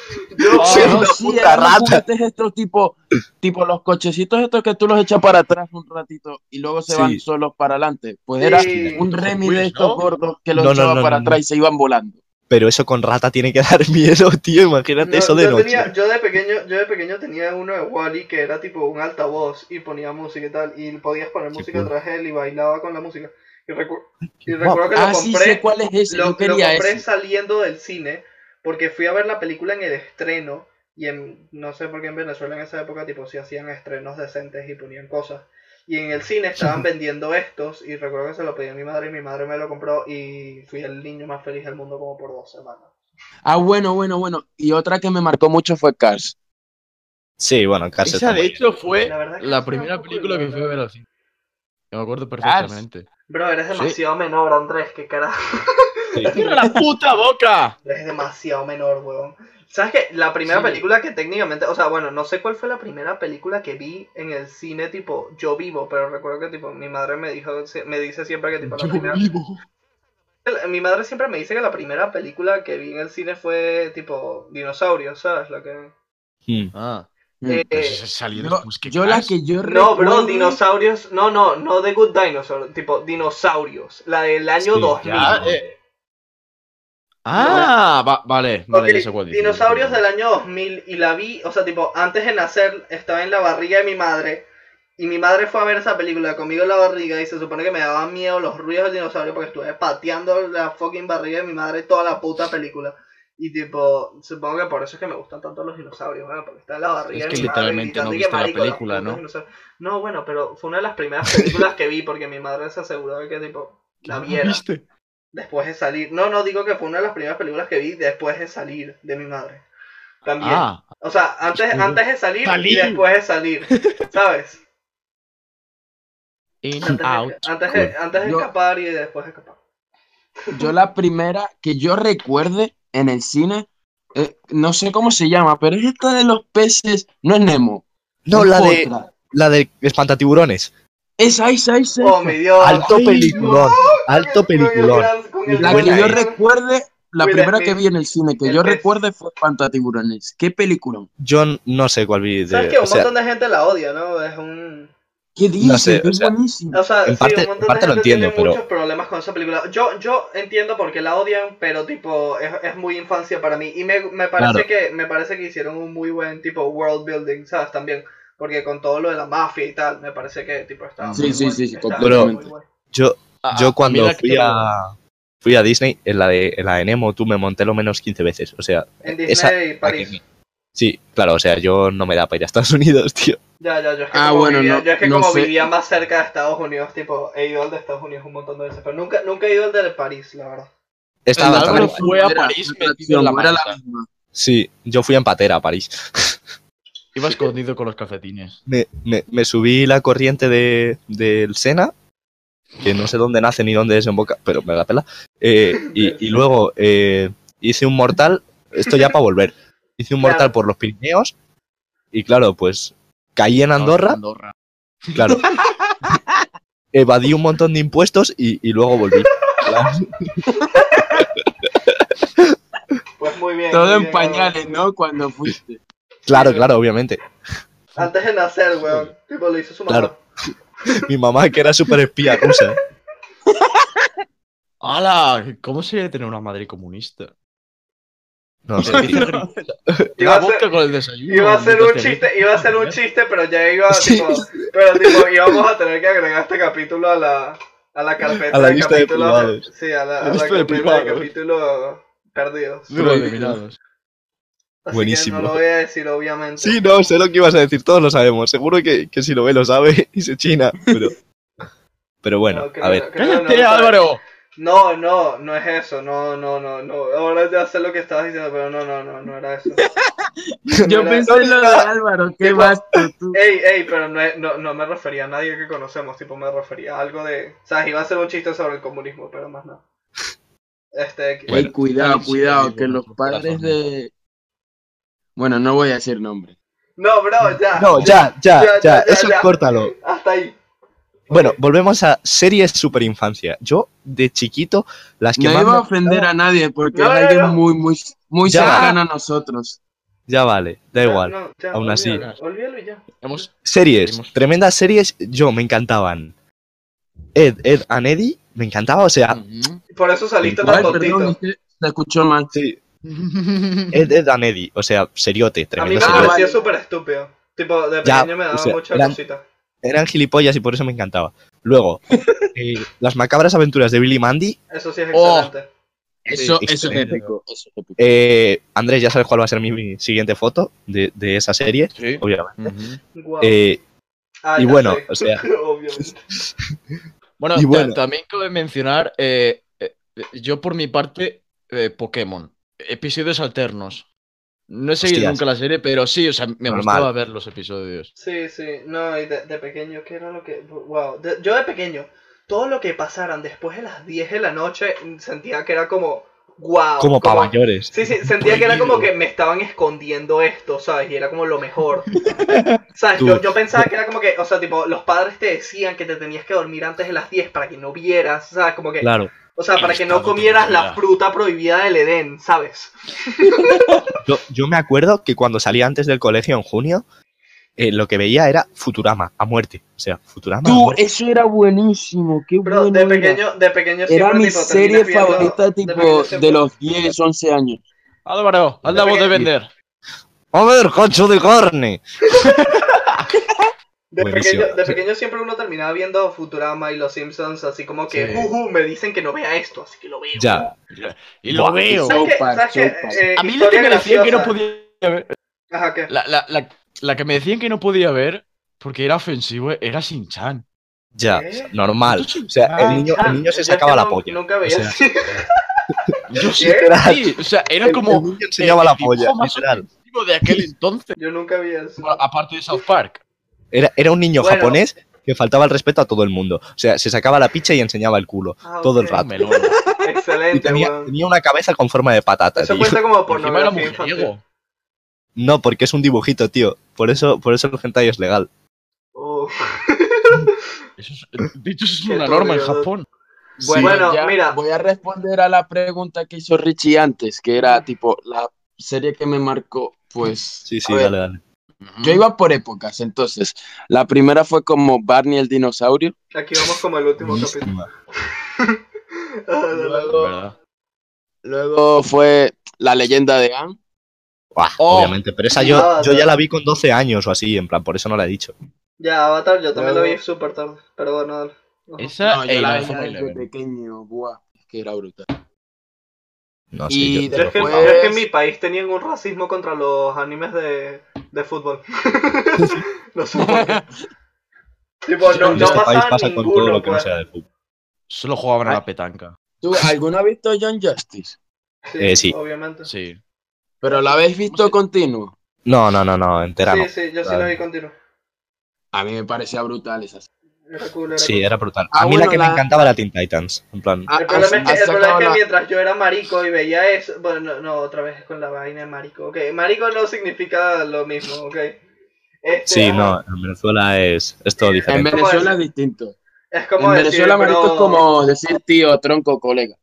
Oh, Sí, una sí, puta eran los rata. juguetes estos tipo, tipo los cochecitos estos que tú los echas para atrás un ratito y luego se Sí. van solos para adelante. Pues era Sí. un Hot remi Wheels, de estos ¿no? gordos que los No, no, echaba no, para no, atrás no. y se iban volando. Pero eso con rata tiene que dar miedo, tío. Imagínate no, eso de yo noche. tenía- yo de pequeño, yo de pequeño tenía uno de Wally que era tipo un altavoz y ponía música y tal, y podías poner Sí, pues. música cool. atrás de él y bailaba con la música. Y, recu- y Qué recuerdo que lo Ah, sí, sé compré, cuál es ese, lo, yo lo quería compré ese. saliendo del cine porque fui a ver la película en el estreno y en, no sé por qué en Venezuela en esa época tipo si hacían estrenos decentes y ponían cosas y en el cine estaban vendiendo estos y recuerdo que se lo pedí a mi madre y mi madre me lo compró y fui el niño más feliz del mundo como por dos semanas. Ah, bueno, bueno, bueno. Y otra que me marcó mucho fue Cars. Sí, bueno, Cars esa, está de muy hecho, fue La verdad es que la sí, un primera poco película que igual, fui a ¿no? ver al cine. Me acuerdo perfectamente. Bro, eres Sí. demasiado menor Andrés, que carajo. ¡Cierra la puta boca! Es demasiado menor, weón. ¿Sabes qué? La primera Sí. película que técnicamente, o sea, bueno, no sé cuál fue la primera película que vi en el cine, tipo, yo vivo, pero recuerdo que, tipo, mi madre me dijo, me dice siempre que, tipo, la primera... vivo. Mi madre siempre me dice que la primera película que vi en el cine fue, tipo, dinosaurios, ¿sabes? La que... Hmm. Ah, Eh, pero si se salió Yo, después que yo la Cars. que yo No, bro, recuerdo- dinosaurios. No, no, no The Good Dinosaur. Tipo, dinosaurios. La del año Sí, 2000. ya, eh. Ah, va- vale, vale, Ok, ya sé cuál dices. dinosaurios del año 2000. Y la vi, o sea, tipo, antes de nacer estaba en la barriga de mi madre. Y mi madre fue a ver esa película conmigo en la barriga. Y se supone que me daban miedo los ruidos del dinosaurio porque estuve pateando la fucking barriga de mi madre toda la puta película. Y tipo, supongo que por eso es que me gustan tanto los dinosaurios, bueno, porque está en la barriga. Es de que mi madre literalmente no gritando y viste la marico, las película, putas ¿no? dinosaurios. No, bueno, pero fue una de las primeras películas que vi porque mi madre se aseguró de que tipo la viera ¿Viste? después de salir. No, no digo que fue una de las primeras películas que vi después de salir de mi madre. También. Ah, o sea, antes, Estuvo- antes de salir y Salir. después de salir. ¿Sabes? in, Antes out. de, antes de- antes de Yo- escapar y después de escapar. Yo la primera que yo recuerde en el cine, eh, no sé cómo se llama, pero es esta de los peces, no es Nemo. No, es la de, otra. la de espantatiburones. Esa, esa, esa. Oh, esa. mi Dios. Alto Ay, peliculón, alto Con el peliculón. gran- con el La gran- que yo Buena es. recuerde, la Will primera Smith. que vi en el cine que El yo pez. recuerde fue Pantatiburones. ¿Qué peliculón? Yo no sé cuál vi. de- Sabes que un o sea, montón de gente la odia, ¿no? Es un. ¿Qué dices? sé, o es sea, buenísimo. O sea, En sí, parte- un en montón de parte lo gente tiene entiendo, pero- muchos problemas con esa película. Yo, yo entiendo por qué la odian, pero tipo, es, es muy infancia para mí. Y me, me parece que me parece que hicieron un muy buen tipo world building, ¿sabes? También. Porque con todo lo de la mafia y tal, me parece que tipo está Sí, muy sí, bueno, sí, sí, está muy completamente. bueno. yo, Ah, yo cuando mira que fui te lo- a, fui a Disney, en la, de, en la de Nemo, tú me monté lo menos 15 veces. O sea, En Disney Eh, Esa- y París. sí, claro, o sea, yo no me da para ir a Estados Unidos, tío. Ya, ya, yo es que Ah, como, bueno, vivía, no- yo es que no como sé. vivía más cerca de Estados Unidos, tipo, he ido al de Estados Unidos un montón de veces, pero nunca, nunca he ido al de París, la verdad. Está El bastante Álvaro guay. fue a Era París otra metido en la acción, era maleta. misma. Sí, yo fui en patera a París. Iba escondido con los cafetines. Me, me- me subí la corriente de, del Sena, que no sé dónde nace ni dónde desemboca, pero me da pela. Eh, y, y luego eh, hice un mortal, esto ya para volver, hice un mortal Claro. por los Pirineos y claro, pues caí en Andorra, Andorra. claro. Evadí un montón de impuestos y, y luego volví. Claro. Pues muy bien. muy Todo en bien, pañales, Álvaro. ¿no? Cuando fuiste. Claro, claro, obviamente. Antes de nacer, weón. Tipo, lo hizo su mamá. Claro. Mi mamá, que era súper espía rusa. ¡Hala! ¿Cómo sería tener una madre comunista? No sé. tío. Iba La a ser- vodka con el desayuno. Iba a ser un mientras te chiste, ríes. iba a ser un chiste, pero ya iba, Sí. tipo, pero tipo, íbamos a tener que agregar este capítulo a la, a la carpeta A la de lista de capítulos- privados. Sí, a la, La a la lista de carpeta de privados. capítulos perdidos. Duro de mirados. Así Buenísimo. Que no lo voy a decir, obviamente. Sí, no, sé lo que ibas a decir, todos lo sabemos. Seguro que, que si lo ve lo sabe y se china, pero... Pero bueno, No, creo- a creo ver, que no lo ¡Cállate, sabe. Álvaro! No, no, no es eso, no, no, no, no. Ahora ya sé lo que estabas diciendo, pero no, no, no, no era eso. Yo Mira, pensé en lo de Álvaro, qué Tipo- vasto tú. Ey, ey, pero no, es- no, no me refería a nadie que conocemos, tipo, me refería a algo de... O sea, iba a ser un chiste sobre el comunismo, pero más nada. Este, que- Ey, Bueno. cuidado, Sí, cuidado, sí, que bueno, los por padres razón. de... Bueno, no voy a decir nombre. No, bro, ya. No, ya, ya, Ya, ya, ya, ya, eso ya. córtalo. Hasta ahí. Bueno, volvemos a series superinfancia. Yo, de chiquito, las que No más... iba a me- ofender a nadie porque No, es no, alguien no. muy, muy, muy Ya. cercano a nosotros. Ya vale, da Ya, igual. no, ya, aún así. olvídalo, Olvídalo y ya. Hemos... Series, Seguimos. tremendas series, yo, me encantaban. Ed, Ed and Eddie, me encantaba, o sea... Por eso saliste Igual, tan Ay, tontito. perdón, es que se escuchó mal. Sí. Ed, Ed and Eddie, o sea, seriote, A mí me tremenda Ah, serie. pareció vale. súper estúpido. Tipo, de Ya, pequeño me daba o sea, mucha eran- cosita. Eran gilipollas y por eso me encantaba. Luego, eh, las macabras aventuras de Billy Mandy, Eso sí es Oh. excelente. Eso, Sí, eso es excelente. épico. Eso es épico. Eh, Andrés, ya sabes cuál va a ser mi, mi siguiente foto de, de esa serie, Sí. obviamente. Ujú. Guau. Eh, Ah, y ya bueno, sé. o sea- Obviamente. Bueno, Y ta- bueno. también cabe mencionar, eh, eh, yo por mi parte, eh, Pokémon, episodios alternos. No he seguido Hostias. nunca la serie, pero sí, o sea, me Normal. gustaba ver los episodios. Sí, sí. No, y de, de pequeño, ¿qué era lo que...? Wow. De- yo de pequeño. todo lo que pasaran después de las 10 de la noche sentía que era como, wow. como paballores. oh, Sí, sí, sentía que era como que me estaban escondiendo esto, ¿sabes? Y era como lo mejor. ¿Sabes? Yo, yo pensaba que era como que, o sea, tipo, los padres te decían que te tenías que dormir antes de las 10 para que no vieras, ¿sabes? Como que, Claro. o sea, para que no comieras la fruta prohibida del Edén, ¿sabes? Yo, yo me acuerdo que cuando salía antes del colegio en junio, eh, lo que veía era Futurama a muerte. O sea, Futurama. a Tú, muerte. eso era buenísimo, qué Pero bueno. de era. pequeño, de pequeño Era siempre, mi tipo, serie terminas viendo- favorita, pequeño tipo, siempre- de los 10, 11 años. Álvaro, haz la voz de vender. A ver, cacho de carne. De Buenísimo. pequeño, de pequeño siempre uno terminaba viendo Futurama y Los Simpsons, así como que, Sí. "Juju, me dicen que no vea esto, así que lo veo. Ya. Y lo Buah, veo. ¿Sabes qué? Sopa, ¿Sabes qué? sopa. Eh, A mí la que historia me decían que no graciosa. podía ver. Ajá, ¿qué? La, la- la- la que me decían que no podía ver porque era ofensivo era Shin-Chan. Ya, ¿Qué? normal. O sea, Ah, el niño, el niño se sacaba la polla. Nunca veía O sea, así. Yo sí, Literal. sí, o sea, era El- como el niño enseñaba la polla, dibujo más literal. ofensivo de aquel entonces, Yo nunca veía eso. aparte de South Park. Era, era un niño Bueno. japonés que faltaba el respeto a todo el mundo. O sea, se sacaba la picha y enseñaba el culo. Ah, todo el ok. rato. Melón. Y Excelente, tenía, weón. tenía una cabeza con forma de patata, Eso tío. cuenta como Encima era pornografía infantil. mujeriego. No, porque es un dibujito, tío. Por eso, por eso el hentai es legal. Uf. Eso es, de hecho, eso es Qué una norma en turbio. Japón. Bueno, bueno, ya mira. Voy a responder a la pregunta que hizo Richie antes, que era tipo la serie que me marcó, pues. Sí, sí, a ver, dale, dale. Yo iba por épocas, entonces. La primera fue como Barney el dinosaurio. Aquí vamos como el último capítulo. Buenísima. Ah, Mm, ¿Verdad? Luego fue La leyenda de Anne. Buah, Oh. Obviamente, pero esa yo, Nada, yo ya nada. la vi con 12 años o así, en plan, por eso no la he dicho. ya, Avatar, yo también lo Luego- vi súper tarde. Pero bueno, dale. Ajá. Esa No, e yo la la de veía Fama desde 11. pequeño, buah, es que era brutal. No sé, yo- Y Yo es, que, Pues- yo es que en mi país tenían un racismo contra los animes de, de fútbol. no sé por qué. Tipo, Sí, no, en no este país pasaban pasa con ninguno, todo lo que no pues. sea de fútbol. Solo jugaban a Ay. la petanca. ¿Tú alguna has visto John Justice? Sí, Eh, sí. obviamente. Sí, Sí. ¿Pero la habéis visto continuo? No, no, no, no, entera no. sí, yo sí Claro. la vi contigo. A mí me parecía brutal esa. serie. Era cool, era Sí, cool. era brutal. Ah, A mí la bueno, que me la- encantaba era Teen Titans. En plan, Ha- El problema es que, ha- ha el problema sacado es que la- mientras yo era marico y veía eso. Bueno, no, no, otra vez con la vaina de marico. Ok, marico no significa lo mismo, ok. Este, sí, ajá, no, en Venezuela es, es todo En diferente. Venezuela es distinto. Es En como decir, Venezuela, marico, bro, es como decir tío, tronco, colega.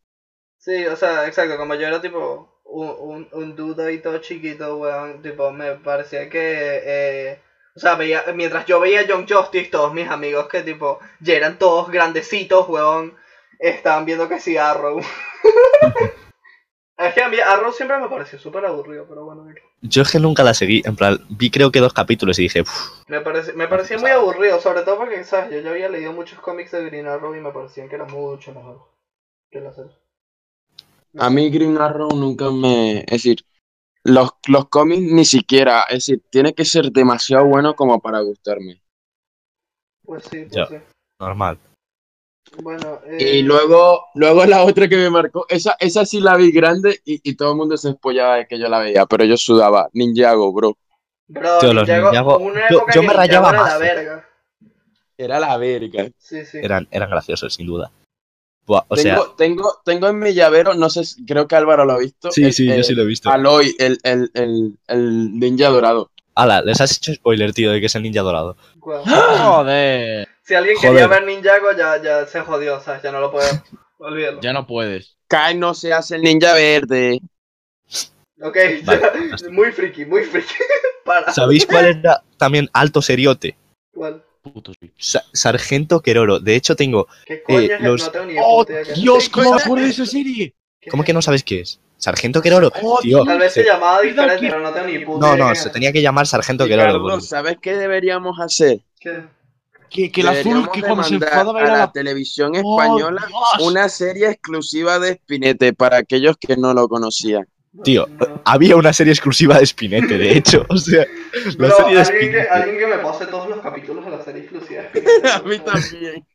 Sí, o sea, exacto, como yo era tipo un, un, un dudo y todo chiquito, weón, tipo, me parecía que, eh, o sea, veía, mientras yo veía John Justice, todos mis amigos que tipo, ya eran todos grandecitos, weón, estaban viendo que sí Arrow. es que a mí Arrow siempre me pareció súper aburrido, pero bueno, mira. Yo es que nunca la seguí. En plan, vi creo que dos capítulos y dije, "Uf, me, parece, me parecía muy aburrido, sobre todo porque, sabes, yo ya había leído muchos cómics de Green Arrow y me parecían que era mucho mejor que la serie. A mí Green Arrow nunca me... Es decir, los, los cómics ni siquiera... Es decir, tiene que ser demasiado bueno como para gustarme. Pues sí, pues Ya. sí. normal. Bueno, eh, Y luego, luego la otra que me marcó, esa, esa sí la vi grande y, y todo el mundo se espollaba de que yo la veía, pero yo sudaba. Ninjago, bro. Bro, Tío, los Ninjago, Ninjago- una yo- época yo que me Ninjago rayaba era la mazo. verga. Era la verga. Sí, sí. Eran, eran graciosos, sin duda. Buah, o sea, tengo, tengo, tengo en mi llavero, no sé, si- creo que Álvaro lo ha visto. sí, sí, yo eh, sí lo he visto. Aloy, el, el, el, el ninja dorado. Ala, les has hecho spoiler, tío, de que es el ninja dorado. Guau. Joder. Si alguien Joder. quería ver Ninjago, ya, ya se jodió, o sea, ya no lo puedo. Olvídalo. Ya no puedes. Kai no se hace el ninja verde. Ok, Vale, ya. fantástico. muy friki, muy friki. Para. ¿Sabéis cuál era también Alto Seriote? ¿Cuál? Puto sí. Sa- Sargento Queroro. De hecho, tengo. ¿Qué coño Eh, es? los- No tengo ni ¡Oh, idea. qué- Dios! ¿Cómo ¿Cómo me acuerdo de esa serie? qué- ¿Cómo que no sabéis qué es? Sargento Queroro. Oh, Tío. Tal vez se- se llamaba diferente, que- pero no tengo ni puta No, idea no, qué se era. tenía que llamar Sargento Queroro. Ricardo, boludo. ¿sabes qué deberíamos hacer? ¿Qué? Que, que el azul Deberíamos que cuando se demandar enfadaba a era la, la... televisión ¡Oh, española Dios! una serie exclusiva de Spinete para aquellos que no lo conocían. Tío, eh, No. Había una serie exclusiva de Spinete, de hecho. O sea, la Bro, serie de alguien, que, Spinete. alguien que me pase todos los capítulos de la serie exclusiva. a mí también.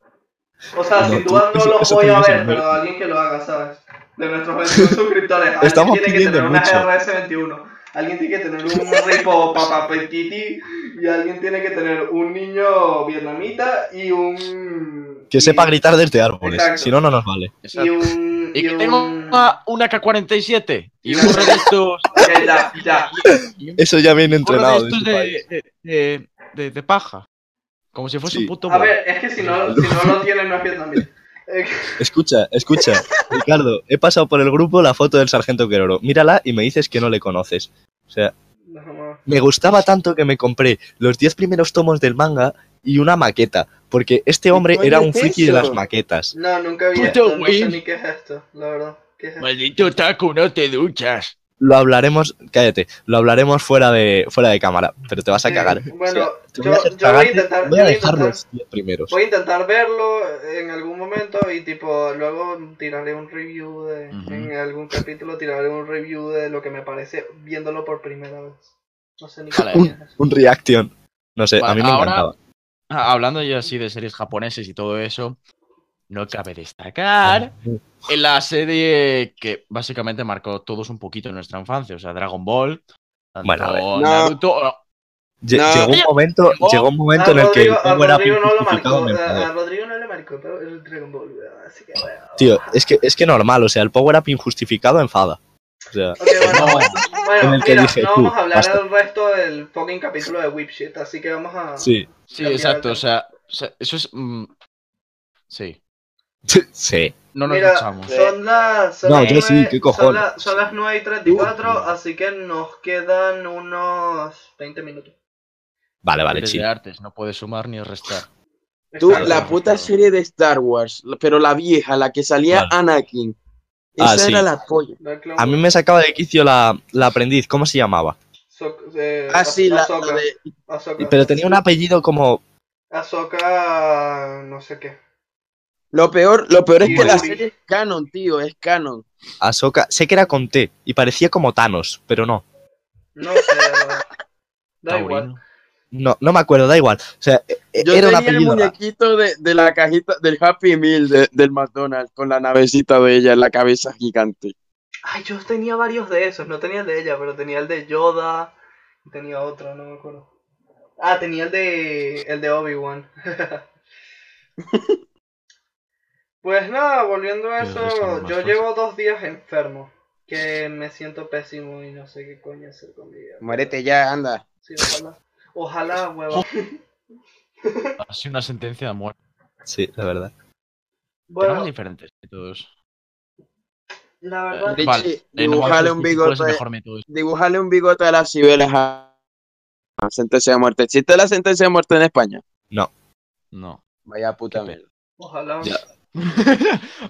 O sea, No, sin tú- duda no eso- los eso voy a tienes que ver, ver. pero alguien que lo haga, ¿sabes? De nuestros 21 suscriptores. alguien Estamos tiene que pidiendo tener una mucho. RS21. Alguien tiene que tener un ripo papapetiti y alguien tiene que tener un niño vietnamita y un. Que y- sepa gritar desde árboles, Exacto. si no, no nos vale. Y un. Y que un- tengo una, una K-47 y uno de estos. Ok, ya, ya. y un- Eso ya viene uno entrenado de de su estos país. de, de, de- de- de paja. Como si fuese Sí. un puto. A bol. ver, es que si no, si no lo tienen, no es vietnamita. Eh, Escucha, escucha. Ricardo, he pasado por el grupo la foto del sargento Queroro. Mírala y me dices que no le conoces. O sea, no, no. me gustaba tanto que me compré los 10 primeros tomos del manga y una maqueta, porque este ¿Qué hombre coño era es un friki de eso? las maquetas. No, nunca vi Puto esto. No sé Will. ni qué es esto, la verdad. ¿Qué es esto? Maldito taco, no te duchas. Lo hablaremos, cállate, lo hablaremos fuera de, fuera de cámara, pero te vas a Sí, cagar. bueno, te yo- voy a yo voy a cagarte, intentar- yo voy a voy a dejar intentar- los 10 primeros. Voy a intentar verlo en algún momento y tipo luego tiraré un review de Ujú. en algún capítulo tiraré un review de lo que me parece viéndolo por primera vez. No sé ni qué Vale. es. Un reaction. No sé, a Vale, mí me ahora- encantaba. Ah, Hablando ya así de series japoneses y todo eso, no cabe destacar Ah. en la serie que básicamente marcó todos un poquito en nuestra infancia, o sea, Dragon Ball, tanto Bueno, a ver. No. Naruto, o- Lle- No. Llegó un momento, Llegó- llegó un A momento en el que el Rodrigo, a juego era Rodrigo no lo justificado marcó, en el poder. a, a Rodrigo no le marcó pero el Dragon Ball, ¿verdad? así que bueno. Tío, es que, es que normal, o sea, el power up injustificado enfada. O sea, Ok, bueno, No. bueno, En el que mira, dije, no tú, vamos a hablar basta. del resto del fucking capítulo de Whip Shit, así que vamos a sí. Sí, Cambiar exacto, el o sea, o sea, eso es... mm, sí, Sí. no nos Mira, eh, luchamos. Son las. son No, las yo sí, nueve- ¿qué cojones? Son, las- son las 9 y 34, así que nos quedan unos 20 minutos. Vale, vale, sí. de artes, no puedes sumar ni restar. Tú, Exacto. la puta serie de Star Wars, la- pero la vieja, la que salía Vale. Anakin. Ah, Esa sí. era la polla. Dark Clone A mí me sacaba de quicio la, la aprendiz, ¿cómo se llamaba? So- eh, Ah, sí, la, Ahsoka, la de. Ahsoka. Pero tenía un apellido como... Ahsoka, no sé qué. Lo peor, lo peor es Sí, que la sí. serie es canon, tío, es canon. Ahsoka, sé que era con T y parecía como Thanos, pero no. No sé. la verdad. da igual. Taurino. No, no me acuerdo, da igual. O sea, e- e- Yo era un tenía el apellido. muñequito de, de la cajita del Happy Meal de- del McDonald's con la navecita de ella en la cabeza gigante. Ay, yo tenía varios de esos. No tenía el de ella, pero tenía el de Yoda. y Tenía otro, no me acuerdo. Ah, tenía el de, el de Obi-Wan. pues nada, volviendo a Dios, es que no eso, más yo cosas. llevo dos días enfermo. Que me siento pésimo y no sé qué coño hacer con mi vida. Muérete ya, anda. Sí, ojalá. Ojalá, Oh, huevón. Ha sido una sentencia de muerte. Sí, la verdad. Tenemos Bueno, diferentes métodos. la Eh, verdad. Richie, vale, eh, no vamos dibújale a un discutir ¿Cuál es el bigote. mejor método? Dibújale un bigote a las cibeles a a sentencia de muerte. ¿Existe la sentencia de muerte en España? No. Vaya puta Qué mierda. Ojalá. Ya.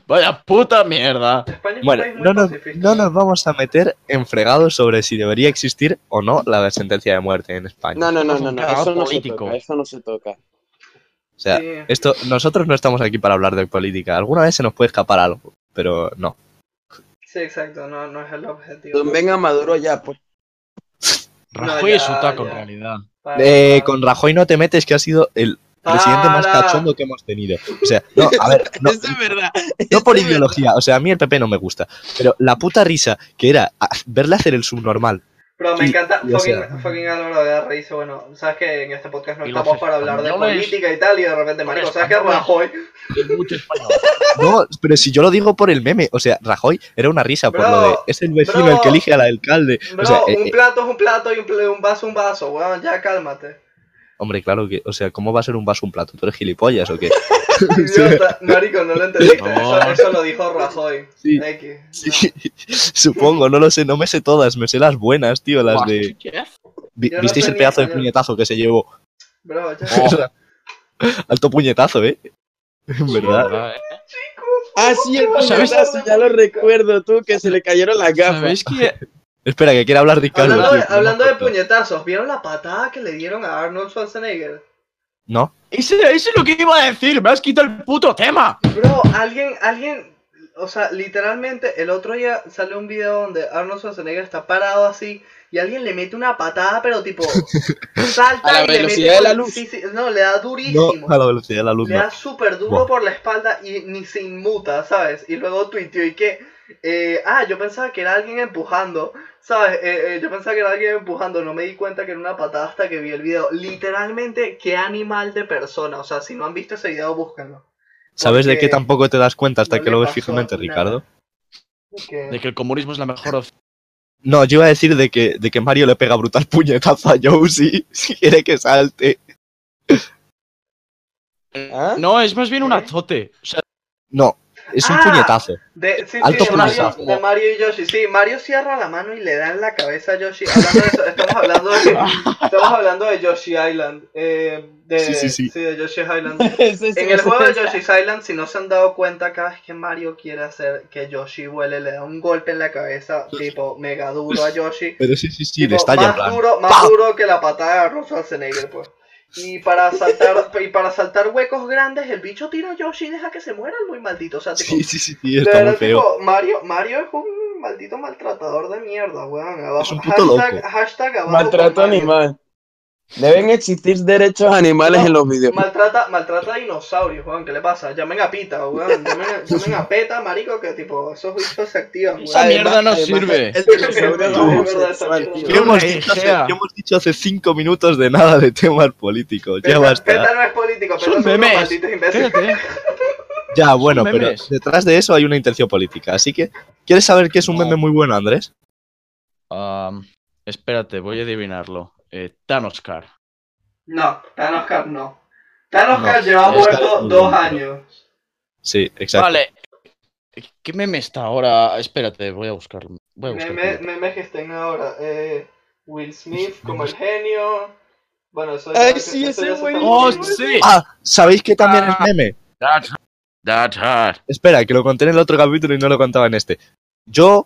Vaya puta mierda. España es un Bueno, país muy no nos, pacifista. no nos vamos a meter en fregados sobre si debería existir o no la sentencia de muerte en España. No, no, no, no, no, Somos un eso no se político. toca, eso no se toca. O sea, Sí. esto, nosotros no estamos aquí para hablar de política. Alguna vez se nos puede escapar algo, pero no. Sí, exacto, no, no es el objetivo. Venga Maduro ya, pues. Rajoy es ya, un taco en ya. realidad. Para- Eh, con Rajoy no te metes, que ha sido el presidente más Para. cachondo que hemos tenido. O sea, no, a ver, no, Eso es verdad. no por eso es ideología, o sea, a mí el PP no me gusta, pero la puta risa que era ah, verle hacer el subnormal. Pero me Y- encanta, y, o fucking, sea- fucking Álvaro Aguirre dice, bueno, sabes que en este podcast no Y los estamos para hablar de españoles- política y tal, y de repente, marico, los sabes que españoles- Rajoy, Y mucho español. No, pero si yo lo digo por el meme, o sea, Rajoy era una risa por Bro, lo de es el vecino bro. el que elige al alcalde. bro, o sea, eh, un eh, plato es un plato y un, pl- un vaso es un vaso, weón, ya cálmate. hombre, claro que, o sea, ¿cómo va a ser un vaso un plato? ¿Tú eres gilipollas o qué? Idiota, marico, no lo entendiste, No. eso, eso lo dijo Rajoy. Sí. X. Sí, supongo, no lo sé, no me sé todas, me sé las buenas, tío, las de... Vi- Yo no ¿Visteis sé el ni pedazo de español. puñetazo que se llevó? Bro, ya. Oh. Alto puñetazo, ¿eh? En verdad. Ah, sí, el ¿Sabes? puñetazo, ya lo recuerdo tú, que se le cayeron las gafas. ¿Sabéis que Espera, que quiere hablar Ricardo. Hablando, tío, de, no me hablando de acuerdo. puñetazos, ¿vieron la patada que le dieron a Arnold Schwarzenegger? No, Ese, ese es lo que iba a decir, me has quitado el puto tema. Bro, alguien, alguien, o sea, literalmente el otro día salió un video donde Arnold Schwarzenegger está parado así y alguien le mete una patada, pero tipo, salta A la y le mete velocidad de la luz. sí, sí, no, le da no, durísimo. a la velocidad de la luz Le no. da súper duro Buah. por la espalda y ni se inmuta, ¿sabes? Y luego tuiteó y que eh, ah, yo pensaba que era alguien empujando, ¿sabes? Eh, eh, yo pensaba que era alguien empujando, no me di cuenta que era una patada hasta que vi el video. Literalmente, qué animal de persona, o sea, si no han visto ese video, búsquenlo. ¿Sabes de Porque qué tampoco te das cuenta hasta no que le lo ves pasó fijamente, nada. Ricardo? que- De que el comunismo es la mejor opción. No, yo iba a decir de que, de que Mario le pega brutal puñetazo a Joe si, si quiere que salte. ¿Ah? No, es más bien un azote. O sea, No, es un Ah. puñetazo. De, sí, Alto sí, de Mario, puñetazo. de Mario y Yoshi. Sí, Mario cierra la mano y le da en la cabeza a Yoshi. Hablando de eso, estamos hablando de, estamos hablando de Yoshi Island. eh, de, Sí, sí, sí. de Yoshi Island. Sí, sí, En el sí, juego de sí. Yoshi's Island, si no se han dado cuenta, cada vez que Mario quiere hacer que Yoshi vuele, le da un golpe en la cabeza, tipo, mega duro a Yoshi. Pero sí, sí, sí, Tipo, le estalla en más plan. duro, más ¡pah! duro que la patada de Rosa Schwarzenegger, pues. Y para saltar, y para saltar huecos grandes, el bicho tira a Yoshi y deja que se muera el muy maldito. O sea, tipo, Sí, sí, sí, sí, de está muy verdad, feo. tipo, Mario, Mario es un maldito maltratador de mierda, weón. Abajo- Es un puto hashtag, loco. hashtag abajo Maltrato por Mario. animal. Deben existir derechos animales No, en los videos. Maltrata, maltrata a dinosaurios, weón, ¿qué le pasa? Llamen a Pita, weón, llamen a, llamen a Peta, marico, que tipo, esos bichos se activan, weón. Esa mierda no sirve. el Es dinosaurio verdad, homosexual, esa mierda. tío. ¿Qué hemos, dicho hace, Sea. qué hemos dicho hace cinco minutos de nada de temas políticos? Ya Peta, Peta basta. no es político, Peta Son son unos memes. malditos imbéciles. cállate. Ya, bueno, pero memes. detrás de eso hay una intención política. Así que, ¿quieres saber qué es un No. meme muy bueno, Andrés? Am, espérate, voy a adivinarlo. Eh, Tanoscar. No, Tan Oscar no. Tan Oscar No, lleva Oscar muerto es muy dos bueno. años. Sí, exacto. Vale. ¿Qué meme está ahora? Espérate, voy a buscarlo. Voy a buscarlo. Memes memes que estén ahora, eh, Will Smith como el genio, bueno, eso Ay, ya- sí, eso ese ya se güey. está- ¡Oh, sí! Ah, ¿sabéis qué también es Ah. meme? That's, that's hard. Espera, que lo conté en el otro capítulo y no lo contaba en este. Yo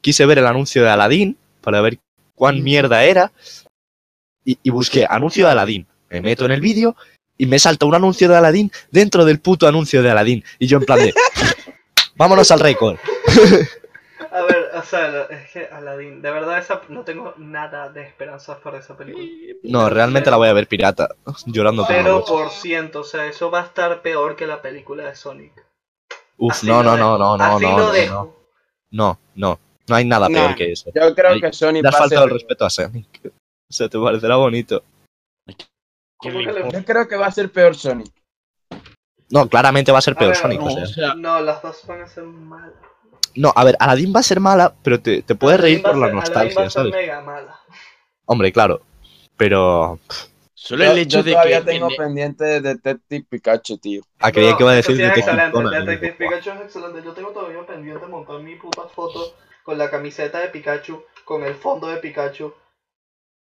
quise ver el anuncio de Aladdin para ver Mm. cuán mierda era y, y busqué anuncio de Aladdin. Me meto en el vídeo y me salta un anuncio de Aladdin dentro del puto anuncio de Aladdin. Y yo en plan de... Vámonos al récord. A ver, o sea, la- es que Aladdin, de verdad esa, no tengo nada de esperanzas para esa película. No, realmente la voy a ver pirata. Llorando por los dos. 0%, o sea, eso va a estar peor que la película de Sonic. Uf, Así no, lo no, no, no, no, Así no, lo no, dejo. no. No, no. No hay nada peor Nah. que eso. Yo creo Ay, que Sony Dar va a falta ser- el respeto a Sonic. O sea, te parecerá bonito. ¿Qué ¿Cómo que le le- importa? Yo creo que va a ser peor Sony. No, claramente va a ser A peor ver, Sonic. No, o o sea. sea, No, las dos van a ser malas. No, a ver, Aladdin va a ser mala, pero te, te puedes reír Aladdin va por a la ser- Aladdin va nostalgia, a ser ¿sabes? mega mala. Hombre, claro. Pero. solo Yo, el hecho yo de todavía que. tengo en- pendiente de Detective Pikachu, tío. Ah, creía No, que iba a eso decir sí es Detective excelente, Conan, y Detective digo, "Buah". Pikachu es excelente. Yo tengo todavía pendiente montar mi puta foto con la camiseta de Pikachu, con el fondo de Pikachu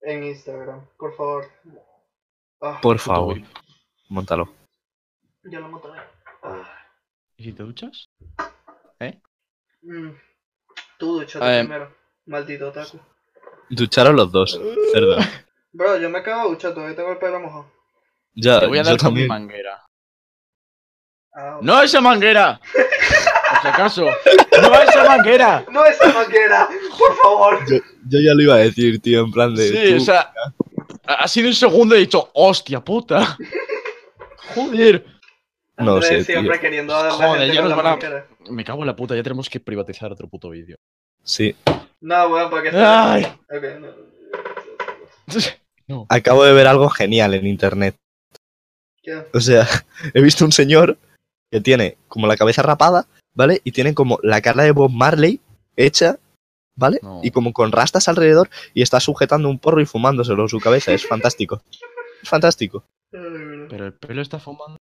en Instagram. Por favor. Ah, Por Puto favor, güey. montalo. Ya lo montaré. Ah, ¿Y si te duchas? mm. Tú, duchate Eh. primero. Maldito taco. Ducharon los dos, cerdo. Bro, yo me acabo de duchar, todavía tengo el pelo mojado. Ya, Te voy a Ah, yo dar con también. mi manguera. Ah, ¡No esa manguera! Por si acaso. ¡No esa manguera! No esa manguera, por favor. Yo, yo ya lo iba a decir, tío, en plan de. Sí, tú, o sea. Ha ha sido un segundo y he dicho, ¡hostia puta! ¡Joder! No Andrés sé, siempre tío. queriendo dar la Joder, gente ya con la nos van a- máscara. Me cago en la puta, ya tenemos que privatizar otro puto vídeo. Sí. No, weón, porque está. ¡Ay! Ok, no. Acabo de ver algo genial en internet. ¿Qué? O sea, he visto un señor que tiene como la cabeza rapada, ¿vale? Y tiene como la cara de Bob Marley hecha, ¿vale? No. Y como con rastas alrededor y está sujetando un porro y fumándoselo en su cabeza. Es fantástico. Es fantástico. Ay, Pero el pelo está fumando.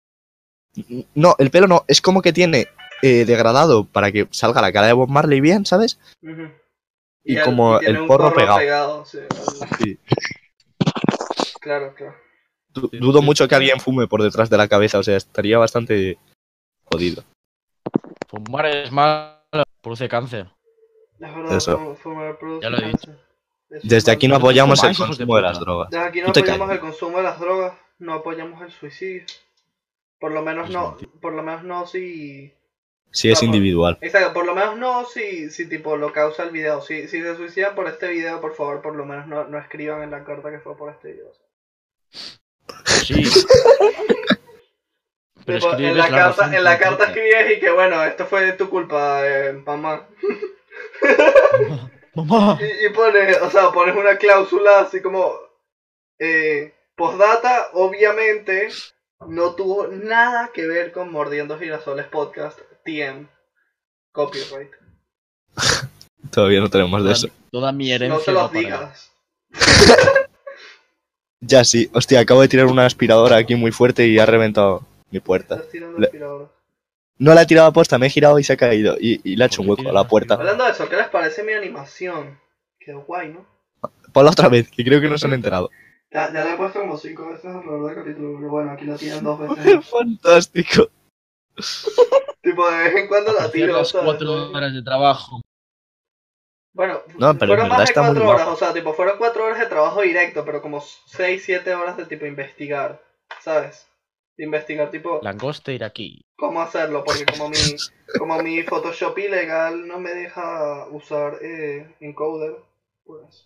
No, el pelo no. Es como que tiene eh, degradado para que salga la cara de Bob Marley bien, ¿sabes? ujú. Y, al- como tiene el un porro pegado. sí, Sí. claro, claro. Du- Dudo mucho que alguien fume por detrás de la cabeza. O sea, estaría bastante jodido. Fumar es malo, produce cáncer. Es verdad, Eso. fu- fumar produce Ya lo he dicho. cáncer. Es Desde mal. aquí no Pero tú apoyamos el fumáis, hijos de consumo de puta. las drogas. Desde aquí no Tú te apoyamos callas. el consumo de las drogas, no apoyamos el suicidio. Por lo menos Es no, por lo menos no si. Si es Vamos. individual. Exacto, por lo menos no si, si tipo lo causa el video. Si, si se suicidan por este video, por favor, por lo menos no, no escriban en la carta que fue por este video. Sí. Pero Tipo, escribes en la, carta, razón en la completa. carta escribes y que bueno, esto fue tu culpa, eh, mamá. Mamá, Y, y pones, o sea, pones una cláusula así como eh, postdata, obviamente no tuvo nada que ver con Mordiendo Girasoles Podcast TM. Copyright. Todavía no tenemos de eso. toda mi herencia. No se va los para- digas. Ya sí, hostia, acabo de tirar una aspiradora aquí muy fuerte y ha reventado mi puerta. Estás tirando Le- aspiradoras. No la he tirado aposta, me he girado y se ha caído. Y, y le ha hecho un ¿Por qué hueco a la tiras puerta. Hablando de eso, ¿qué les parece mi animación? Qué guay, ¿no? Ponla otra vez, que creo que no se han enterado. Ya, ya la he puesto como cinco veces alrededor del capítulo, pero bueno, aquí la tiran dos veces. Fantástico. tipo, de vez en cuando la Hacer tiro. las ¿sabes? cuatro horas de trabajo. Bueno, No, pero en fueron verdad más de está muy cuatro guapo. horas, o sea, tipo, fueron cuatro horas de trabajo directo, pero como seis, siete horas de tipo investigar, ¿sabes? De investigar, tipo, Langosta ir aquí. cómo hacerlo, porque como mi, como mi Photoshop ilegal no me deja usar eh, encoder, pues...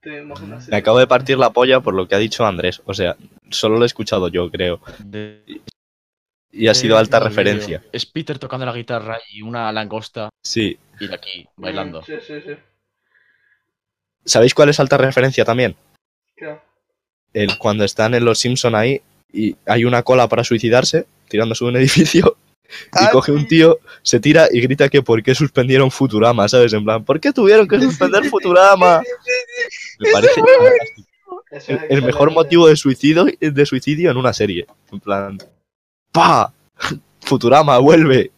Tuvimos una Me acabo de partir la polla por lo que ha dicho Andrés. O sea, solo lo he escuchado yo, creo. De- Y ha sido alta de- referencia. Es Peter tocando la guitarra y una langosta Sí. ir aquí Mm, bailando. Sí, sí, sí. ¿Sabéis cuál es alta referencia también? Claro. El cuando están en los Simpson ahí y hay una cola para suicidarse, tirándose de un edificio. Y Ah, coge un sí. tío, se tira y grita que por qué suspendieron Futurama, ¿sabes? En plan, ¿por qué tuvieron que suspender Futurama? Me parece fantástico. Eso el, es el mejor excelente. motivo de suicidio, de suicidio en una serie. En plan, ¡pa! Futurama, vuelve.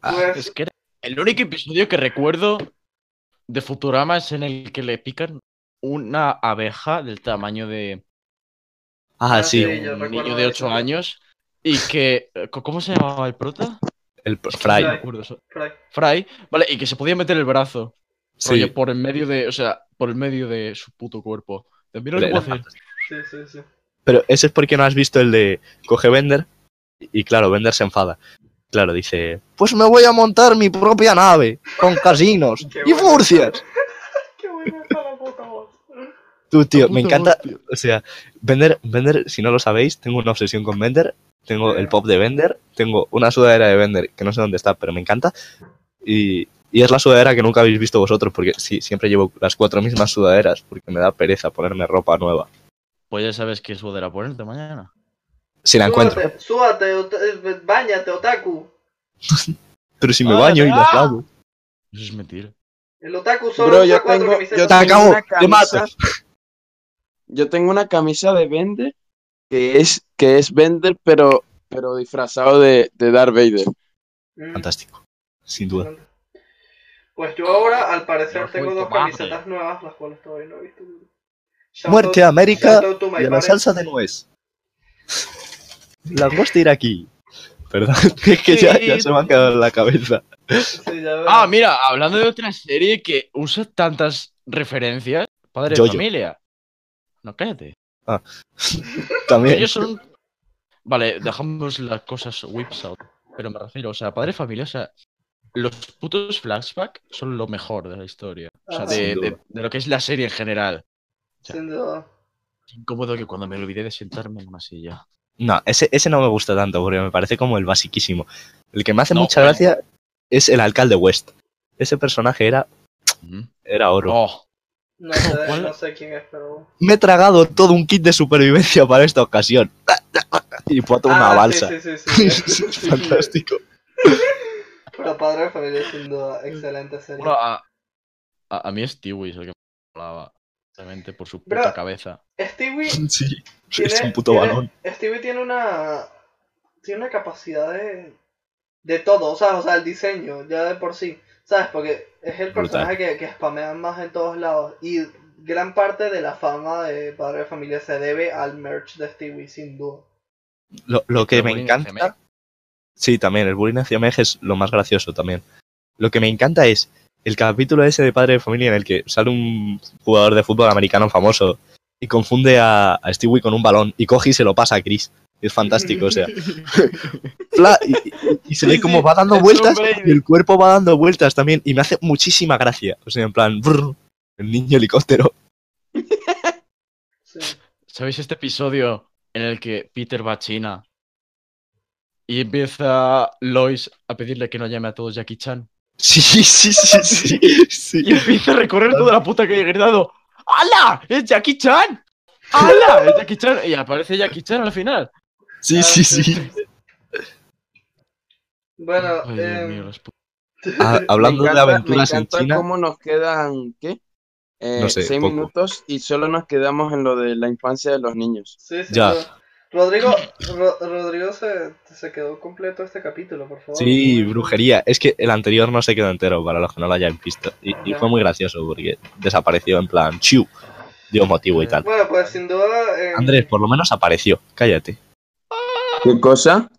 Pues, Es que era- el único episodio que recuerdo de Futurama es en el que le pican una abeja del tamaño de Ah, Ah, sí. sí. yo un recuerdo niño de eso. 8 años y que... eh, ¿Cómo se llamaba el prota? El pro- Es que Fry. no me acuerdo eso. Frank, Fry, vale, y que se podía meter el brazo rollo, Sí. por el medio de, o sea, por el medio de su puto cuerpo. También lo que Pero puedo hacer. sí, sí, sí. Pero ese es porque no has visto el de coge Bender. Y claro, Bender se enfada. Claro, dice: Pues me voy a montar mi propia nave con casinos Qué y bueno. furcias. Qué buena está la puta voz. Tú, tío, Puto me encanta. hostia. O sea, Bender, Bender, si no lo sabéis, tengo una obsesión con Bender. Tengo el pop de Bender. Tengo una sudadera de Bender que no sé dónde está, pero me encanta. Y, y es la sudadera que nunca habéis visto vosotros, porque sí, siempre llevo las cuatro mismas sudaderas, porque me da pereza ponerme ropa nueva. Pues ya sabes que sudadera ponerte mañana. Si la encuentro. Súbate, súbate, ota- eh, bañate, otaku. Pero si me Ah, baño y las lavo. Eso es mentira. El otaku solo Bro, usa yo cuatro tengo, yo camisetas. Te acabo, tengo una te mato. camisa. Yo tengo una camisa de Bender que es que es Bender, pero pero disfrazado de, de Darth Vader. Mm, Fantástico. Sin duda. Pues yo ahora, al parecer, Pero tengo fue dos tu madre. camisetas nuevas, las cuales todavía no he visto. Shout Muerte a out- América shout out to my y a la parents. salsa de nuez. La costa ir aquí. Perdón, es que ya, ya se me ha quedado en la cabeza. Sí, ya veo. Ah, mira, hablando de otra serie que usa tantas referencias, padre de Jojo. familia. No, cállate. También. Ellos son. Vale, dejamos las cosas whips out. Pero me refiero, o sea, padre de familia, o sea, los putos flashbacks son lo mejor de la historia. O sea, Ajá. Ah, de- Sin de, duda. de lo que es la serie en general. Sin duda. incómodo que cuando me olvidé de sentarme en una silla. No, ese, ese no me gusta tanto porque me parece como el basiquísimo. El que me hace No, mucha bueno. gracia es el alcalde West. Ese personaje era, Mm. era oro. Oh, No sé, ¿Cuál? no sé quién es, pero. bueno. Me he tragado todo un kit de supervivencia para esta ocasión. Y puedo una Ah, sí, balsa. Sí, sí, sí, sí. Es fantástico. Pero padre de familia, sin duda, excelente serie. bueno, a, a, a mí Stewie es el que me hablaba. Realmente por su puta Bro. cabeza. Stewie Sí, tiene- es un puto tiene- balón. Stewie tiene una. Tiene una capacidad de. De todo, o sea, o sea, el diseño, ya de por sí. ¿Sabes? Porque es el Brutal. personaje que, que spamean más en todos lados. Y gran parte de la fama de Padre de Familia se debe al merch de Stewie, sin duda. Lo, lo que Pero me bullying encanta. hacia Meg. Sí, también, el bullying hacia Meg es lo más gracioso también. Lo que me encanta es el capítulo ese de Padre de Familia en el que sale un jugador de fútbol americano famoso y confunde a, a Stewie con un balón y coge y se lo pasa a Chris. Es fantástico, o sea. Fla- y, y- y se Sí, ve como sí, va dando es Tom vueltas Brady. y el cuerpo va dando vueltas también y me hace muchísima gracia. O sea, en plan, brr, el niño helicóptero. Sí. ¿Sabéis este episodio en el que Peter va a China y empieza Lois a pedirle que no llame a todos Jackie Chan? Sí, sí, sí, sí. sí. Y empieza a recorrer toda la puta calle gritando ¡Hala! ¡Es Jackie Chan! ¡Hala! ¡Es Jackie Chan! Y aparece Jackie Chan al final. Ah, Sí, sí, sí. Bueno, Ay, Dios em, mío, las pu- Ah, hablando Me de encanta- aventuras me en encanta China. cómo nos quedan, ¿qué? Eh, No sé, seis poco. minutos y solo nos quedamos en lo de la infancia de los niños. sí, sí, Ya. Ro- Rodrigo, Ro- Rodrigo se, se quedó completo este capítulo, por favor. Sí, brujería. Es que el anterior no se quedó entero, para los que no lo hayan visto. Y, y fue muy gracioso porque desapareció en plan, chiu, dio motivo y tal. Bueno, pues sin duda. em, Andrés, por lo menos apareció. Cállate. ¿Qué cosa?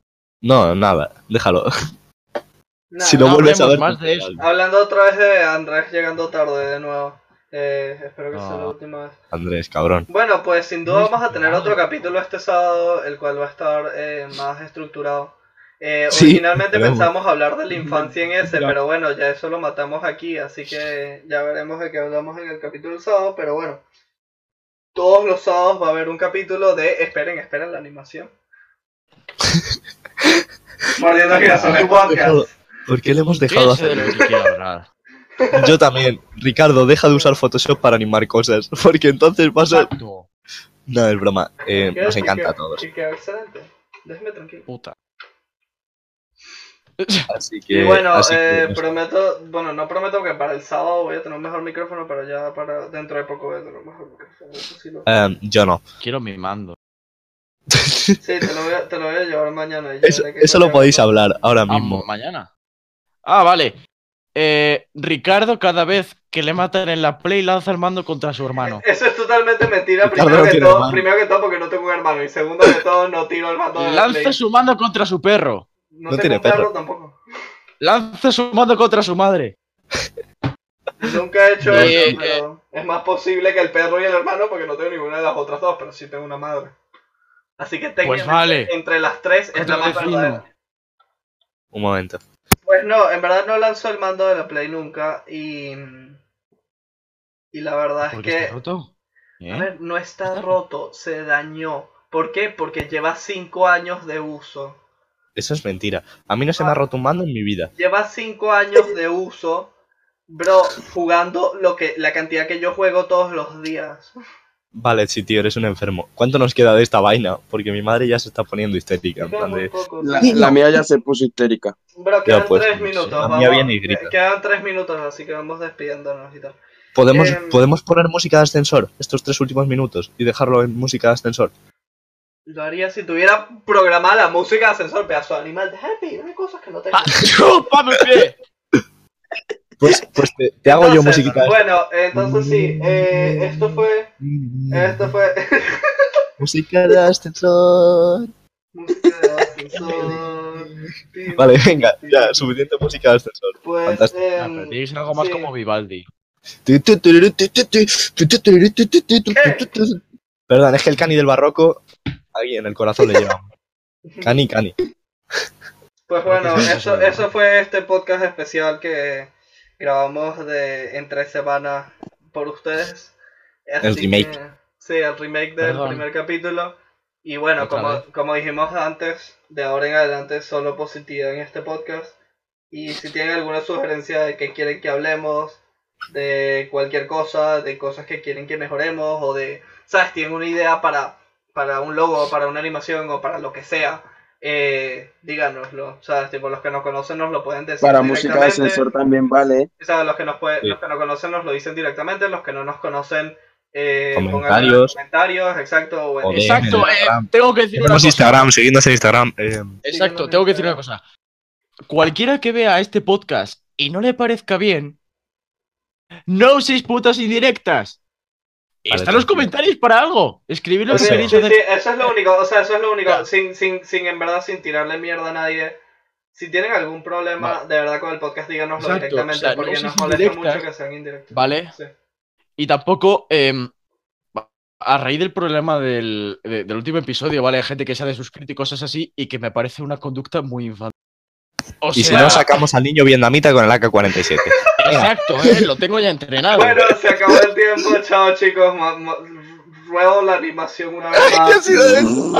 No, nada, déjalo. nada. si lo no vuelves a ver. hablemos más de eso. Hablando otra vez de Andrés llegando tarde de nuevo. Eh, espero que sea la Ah. última vez. Andrés, cabrón. Bueno, pues sin duda vamos a tener Claro. otro capítulo este sábado, el cual va a estar eh, más estructurado. Eh, Sí, originalmente esperemos. pensamos hablar de la infancia en ese, Ya. pero bueno, ya eso lo matamos aquí, así que ya veremos de qué hablamos en el capítulo del sábado, pero bueno. Todos los sábados va a haber un capítulo de Esperen, esperen la animación. Mordiendo Girasoles Podcast. ¿Por qué le hemos dejado Yo sé de hacer? lo que quiero hablar. Yo también. Ricardo, deja de usar Photoshop para animar cosas, porque entonces vas a... Exacto, No, es broma. Eh, Queda- nos y encanta queda- a todos. y queda excelente. Déjeme tranquilo. puta. Así que... Y bueno, así que- eh, prometo, bueno, no prometo que para el sábado voy a tener un mejor micrófono, pero ya para dentro de poco voy a tener un mejor micrófono. eso sí, lo- Em, yo no. Quiero mi mando. sí, te lo, voy a, te lo voy a llevar mañana. y ya Eso, veré qué eso lo coño podéis hago. hablar ahora Ah, mismo. mañana. Ah, vale. Eh, Ricardo, cada vez que le matan en la play, lanza el mando contra su hermano. Eso es totalmente mentira, Ricardo primero no que, tiene todo, hermano. primero que todo porque no tengo un hermano y segundo que todo no tiro el mando de la Lanza Play. su mando contra su perro. No, no tengo tiene un perro perro. tampoco. Lanza su mando contra su madre. Nunca he hecho eso, Eh, eh. pero es más posible que el perro y el hermano porque no tengo ninguna de las otras dos, pero sí tengo una madre. Así que técnicamente Pues vale. entre las tres es Contra la más vecino. verdadera. Un momento. Pues no, en verdad no lanzó el mando de la Play nunca y. Y la verdad es ¿Por qué que. está roto? ¿Eh? A ver, no está, Está roto, se dañó. ¿Por qué? Porque lleva 5 años de uso. Eso es mentira. A mí no Ah. se me ha roto un mando en mi vida. Lleva 5 años de uso, bro, jugando lo que, la cantidad que yo juego todos los días. Vale, sí, tío, eres un enfermo. ¿Cuánto nos queda de esta vaina? Porque mi madre ya se está poniendo histérica. En Queda plan muy de... poco, La, tío. la mía ya se puso histérica. Bro, quedan 3 pues, no sé, minutos, la mía vamos. viene y grita. que- Quedan 3 minutos, así que vamos despidiéndonos y tal. ¿Podemos, Em. ¿Podemos poner música de ascensor estos tres últimos minutos y dejarlo en música de ascensor? Lo haría si tuviera programada la música de ascensor, pedazo de animal. Deja de pedirme cosas que no tengo. ¡Ah, chúpame el pie! Pues, pues te, te hago yo Entonces, musiquita. de Bueno, entonces sí, eh, esto fue. Esto fue. Música de ascensor. música de ascensor. Vale, venga, ya, suficiente música de ascensor. Pues. fantástico. em, Ah, pero tiene que ser algo más sí. como Vivaldi. Perdón, es que el cani del barroco ahí en el corazón le lleva. Cani, cani. Pues bueno, Sí, sí, sí, eso, sí. eso fue este podcast especial que grabamos de entre semanas por ustedes. El remake. que- sí, el remake del Perdón. primer capítulo. Y bueno, Otra como, vez. como dijimos antes, de ahora en adelante solo positivo en este podcast. Y si tienen alguna sugerencia de que quieren que hablemos, de cualquier cosa, de cosas que quieren que mejoremos, o de, ¿sabes? Tienen una idea para, para un logo, para una animación o para lo que sea, eh, díganoslo. ¿Sabes? Tipo, los que nos conocen nos lo pueden decir. Para música de directamente. sensor también vale. ¿eh? O sea, los que nos puede- Sí. los que nos conocen nos lo dicen directamente, los que no nos conocen eh, pongan Comentarios. comentarios, exacto, o en- Joder. Bien, Exacto, en eh, Instagram. tengo que decir una Tenemos cosa. Instagram, seguidnos en Instagram. eh, Síguenos Exacto, en tengo que decir una Instagram. cosa. Cualquiera que vea este podcast y no le parezca bien, no uséis putas indirectas. Vale, Están los tranquilo. comentarios para algo. Escribid lo Sí, Eso. que Pues sí, queréis sí, hacer. sí, eso es lo único, o sea, eso es lo único, Ya. sin, sin, sin, en verdad, sin tirarle mierda a nadie. Si tienen algún problema de verdad con el podcast, díganoslo Exacto, directamente, o sea, no porque uses nos molesta indirectas. mucho que sean indirectos. ¿Vale? Sí. Y tampoco, em, a raíz del problema del, de- del último episodio, ¿vale? Hay gente que se ha desuscrito y cosas así y que me parece una conducta muy infantil. O Y si sea, no, sacamos al niño vietnamita con el AK-47. exacto, eh, lo tengo ya entrenado. Bueno, se acabó el tiempo, chao chicos, ma- ma- ruedo la animación una vez ¿Qué ha más. sido eso? Ruedo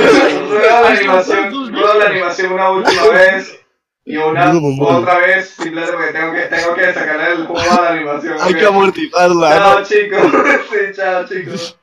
la animación, ruedo la animación una última vez. Y una Menudo bombón. otra vez, simplemente porque tengo que, tengo que sacarle el juego a la animación. Hay que ok. amortizarla. Chao, chicos. sí, chao, chicos.